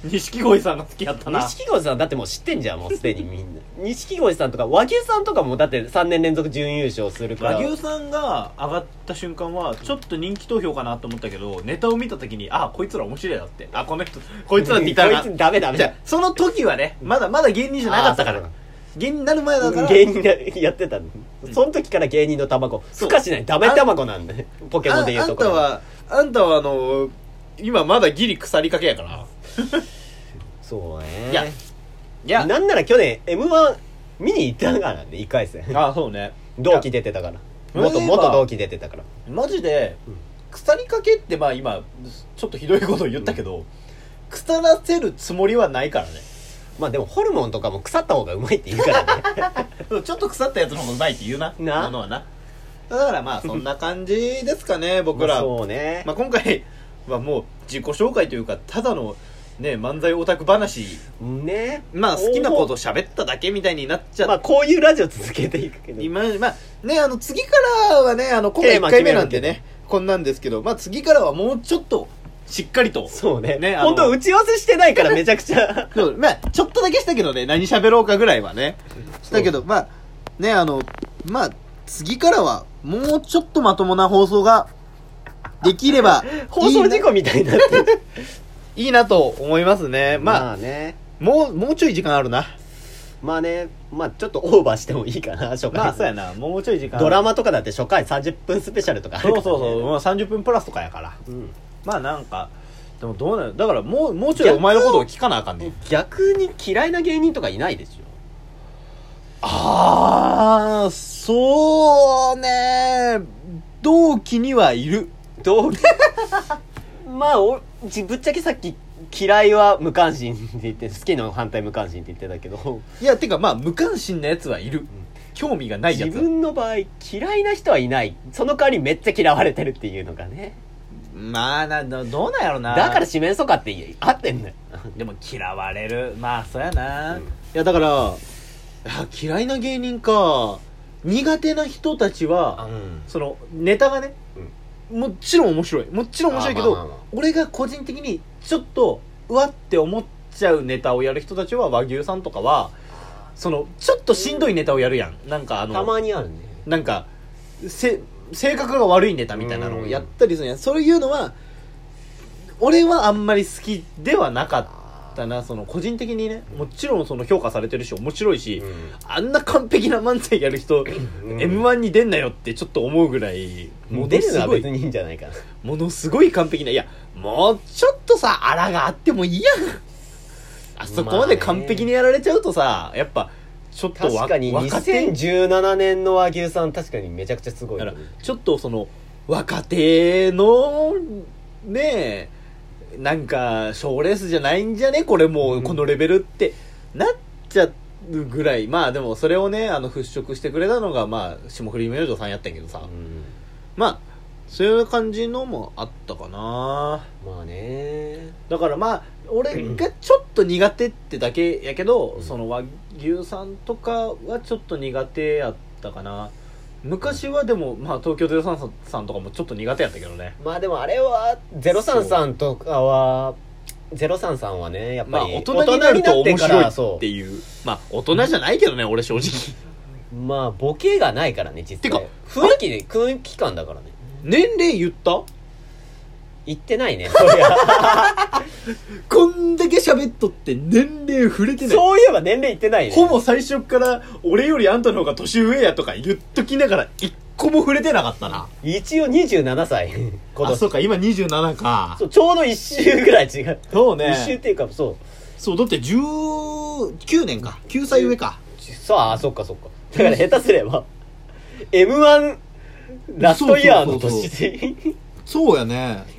Speaker 2: 錦鯉さんが好きやった
Speaker 3: た
Speaker 2: な
Speaker 3: 錦鯉さんだってもう知ってんじゃんもうすでにみんな 錦鯉さんとか和牛さんとかもだって3年連続準優勝するから
Speaker 2: 和牛さんが上がった瞬間はちょっと人気投票かなと思ったけどネタを見た時にあこいつら面白いなってあこの人 こいつらって言ったら
Speaker 3: こいつダメダメ
Speaker 2: じゃあその時はねまだまだ芸人じゃなかったか
Speaker 3: あーそ
Speaker 2: ら
Speaker 3: うか
Speaker 2: 芸人になる前だから
Speaker 3: 芸人がやってたの、その時から芸人の卵
Speaker 2: そう
Speaker 3: 孵化しないダメ卵なんでポケモンで言うところ
Speaker 2: ああんたはあんたはあの今まだギリ腐りかけやから
Speaker 3: そうね
Speaker 2: いやいや
Speaker 3: なんなら去年 m 1見に行ったからね1回戦
Speaker 2: あそうね
Speaker 3: 同期出てたから
Speaker 2: やそ
Speaker 3: 元
Speaker 2: れで言えば
Speaker 3: 元同期出てたから
Speaker 2: マジで
Speaker 3: うん
Speaker 2: 腐りかけってまあ今ちょっとひどいことを言ったけど、腐らせるつもりはないからね
Speaker 3: まあでもホルモンとかも腐った方がうまいって言うからね
Speaker 2: ちょっと腐ったやつの方がうまいって言うな
Speaker 3: な
Speaker 2: ものはなだからまあそんな感じですかね 僕ら、 ま
Speaker 3: そうね
Speaker 2: あ、今回はもう自己紹介というかただのね漫才オタク話
Speaker 3: ね
Speaker 2: まあ好きなこと喋っただけみたいになっちゃって
Speaker 3: まあこういうラジオ続けていくけど
Speaker 2: 今まあねあの次からはねあの今回
Speaker 3: テーマ
Speaker 2: 1回目なんでねこんなんですけどまあ次からはもうちょっとしっかりと
Speaker 3: そうね
Speaker 2: ねあの
Speaker 3: 本当打ち合わせしてないからめちゃくち ゃ
Speaker 2: そうまあちょっとだけしたけどね何喋ろうかぐらいはねしたけどまあねあのまあ次からはもうちょっとまともな放送ができれば
Speaker 3: 放送事故みたいになってる
Speaker 2: いいないいなと思いますねまあ、
Speaker 3: まあね
Speaker 2: もうもうちょい時間あるな
Speaker 3: まあねまあちょっとオーバーしてもいいかな初回、
Speaker 2: なもうちょい時
Speaker 3: ドラマとかだって初回30分スペシャルとかあるからね
Speaker 2: まあ、30分プラスとかやから
Speaker 3: うん
Speaker 2: まあなんかでもどうなるだからもうもうちょい
Speaker 3: 逆
Speaker 2: お前のことを聞かなあかんねん
Speaker 3: 逆に嫌いな芸人とかいないでし
Speaker 2: ああそうね同期にはいる
Speaker 3: ょ同期 まあおじぶっちゃけさっき嫌いは無関心って言って好きの反対無関心って言ってたけど
Speaker 2: いやてかまあ無関心なやつはいる興味がないや
Speaker 3: 自
Speaker 2: つ
Speaker 3: 分の場合嫌いな人はいないその代わりめっちゃ嫌われてるっていうのがね
Speaker 2: まあなどどうなんやろな
Speaker 3: だから四面楚歌って言え合ってんのよ
Speaker 2: でも嫌われるまあそうやな、
Speaker 3: うん
Speaker 2: いやだからあ嫌いな芸人か苦手な人たちはそのネタがね、もちろん面白いもちろん面白いけど、
Speaker 3: あまあまあまあ
Speaker 2: 俺が個人的にちょっとうわって思っちゃうネタをやる人たちは和牛さんとかはそのちょっとしんどいネタをやるやんなんかあの
Speaker 3: たまにあるね
Speaker 2: なんかせ性格が悪いネタみたいなのをやったりするんやそういうのは俺はあんまり好きではなかったなその個人的にねもちろんその評価されてるし面白いし、あんな完璧な漫才やる人、
Speaker 3: ん
Speaker 2: m 1に出んなよってちょっと思うぐらい
Speaker 3: モ
Speaker 2: も
Speaker 3: デ
Speaker 2: の
Speaker 3: ル
Speaker 2: す
Speaker 3: は
Speaker 2: ごい
Speaker 3: 別にいいんじゃないかな
Speaker 2: ものすごい完璧ないやもうちょっとさあらがあってもいいやんあそこまで完璧にやられちゃうとさやっぱちょっとわ
Speaker 3: 確かに
Speaker 2: 若手
Speaker 3: 2017年の和牛さん確かにめちゃくちゃすごい
Speaker 2: だ
Speaker 3: よ
Speaker 2: か
Speaker 3: ね
Speaker 2: らちょっとその若手のねえなんか賞レースじゃないんじゃねこれも
Speaker 3: う
Speaker 2: うんこのレベルってなっちゃうぐらいまあでもそれをねあの払拭してくれたのがまあ霜降り明星さんやったんやけどさ、
Speaker 3: うん
Speaker 2: まあそういう感じのもあったかな
Speaker 3: まあね
Speaker 2: だからまあ俺がちょっと苦手ってだけやけど、
Speaker 3: うん
Speaker 2: その和牛さんとかはちょっと苦手やったかな昔はでも、まあ、東京03さんとかもちょっと苦手やったけどね
Speaker 3: まあでもあれは033とかは033はねやっ
Speaker 2: ま
Speaker 3: ぱ
Speaker 2: あ
Speaker 3: り
Speaker 2: 大人になると面白い
Speaker 3: 大人になってからそ
Speaker 2: っていうまあ大人じゃないけどね、俺正直
Speaker 3: うまあボケがないからね実際
Speaker 2: てか
Speaker 3: 雰囲気で空気感だからね
Speaker 2: 年齢言った
Speaker 3: 言ってないね。そういや
Speaker 2: こんだけ喋っとって年齢触れてない。
Speaker 3: そういえば年齢言ってないね。
Speaker 2: ほぼ最初から俺よりあんたの方が年上やとか言っときながら一個も触れてなかったな。
Speaker 3: 一応27歳。今
Speaker 2: あ、
Speaker 3: 年。
Speaker 2: そうか、今27か。
Speaker 3: そうちょうど一周ぐらい違う。
Speaker 2: そう
Speaker 3: 一周っ
Speaker 2: ね。
Speaker 3: ていうか、そう。
Speaker 2: そう、だって19年か。9歳上か。
Speaker 3: さあ、そっかそっか。だから下手すれば、M1 ラストイヤーの
Speaker 2: そうそうそう
Speaker 3: 年で、
Speaker 2: そうやね。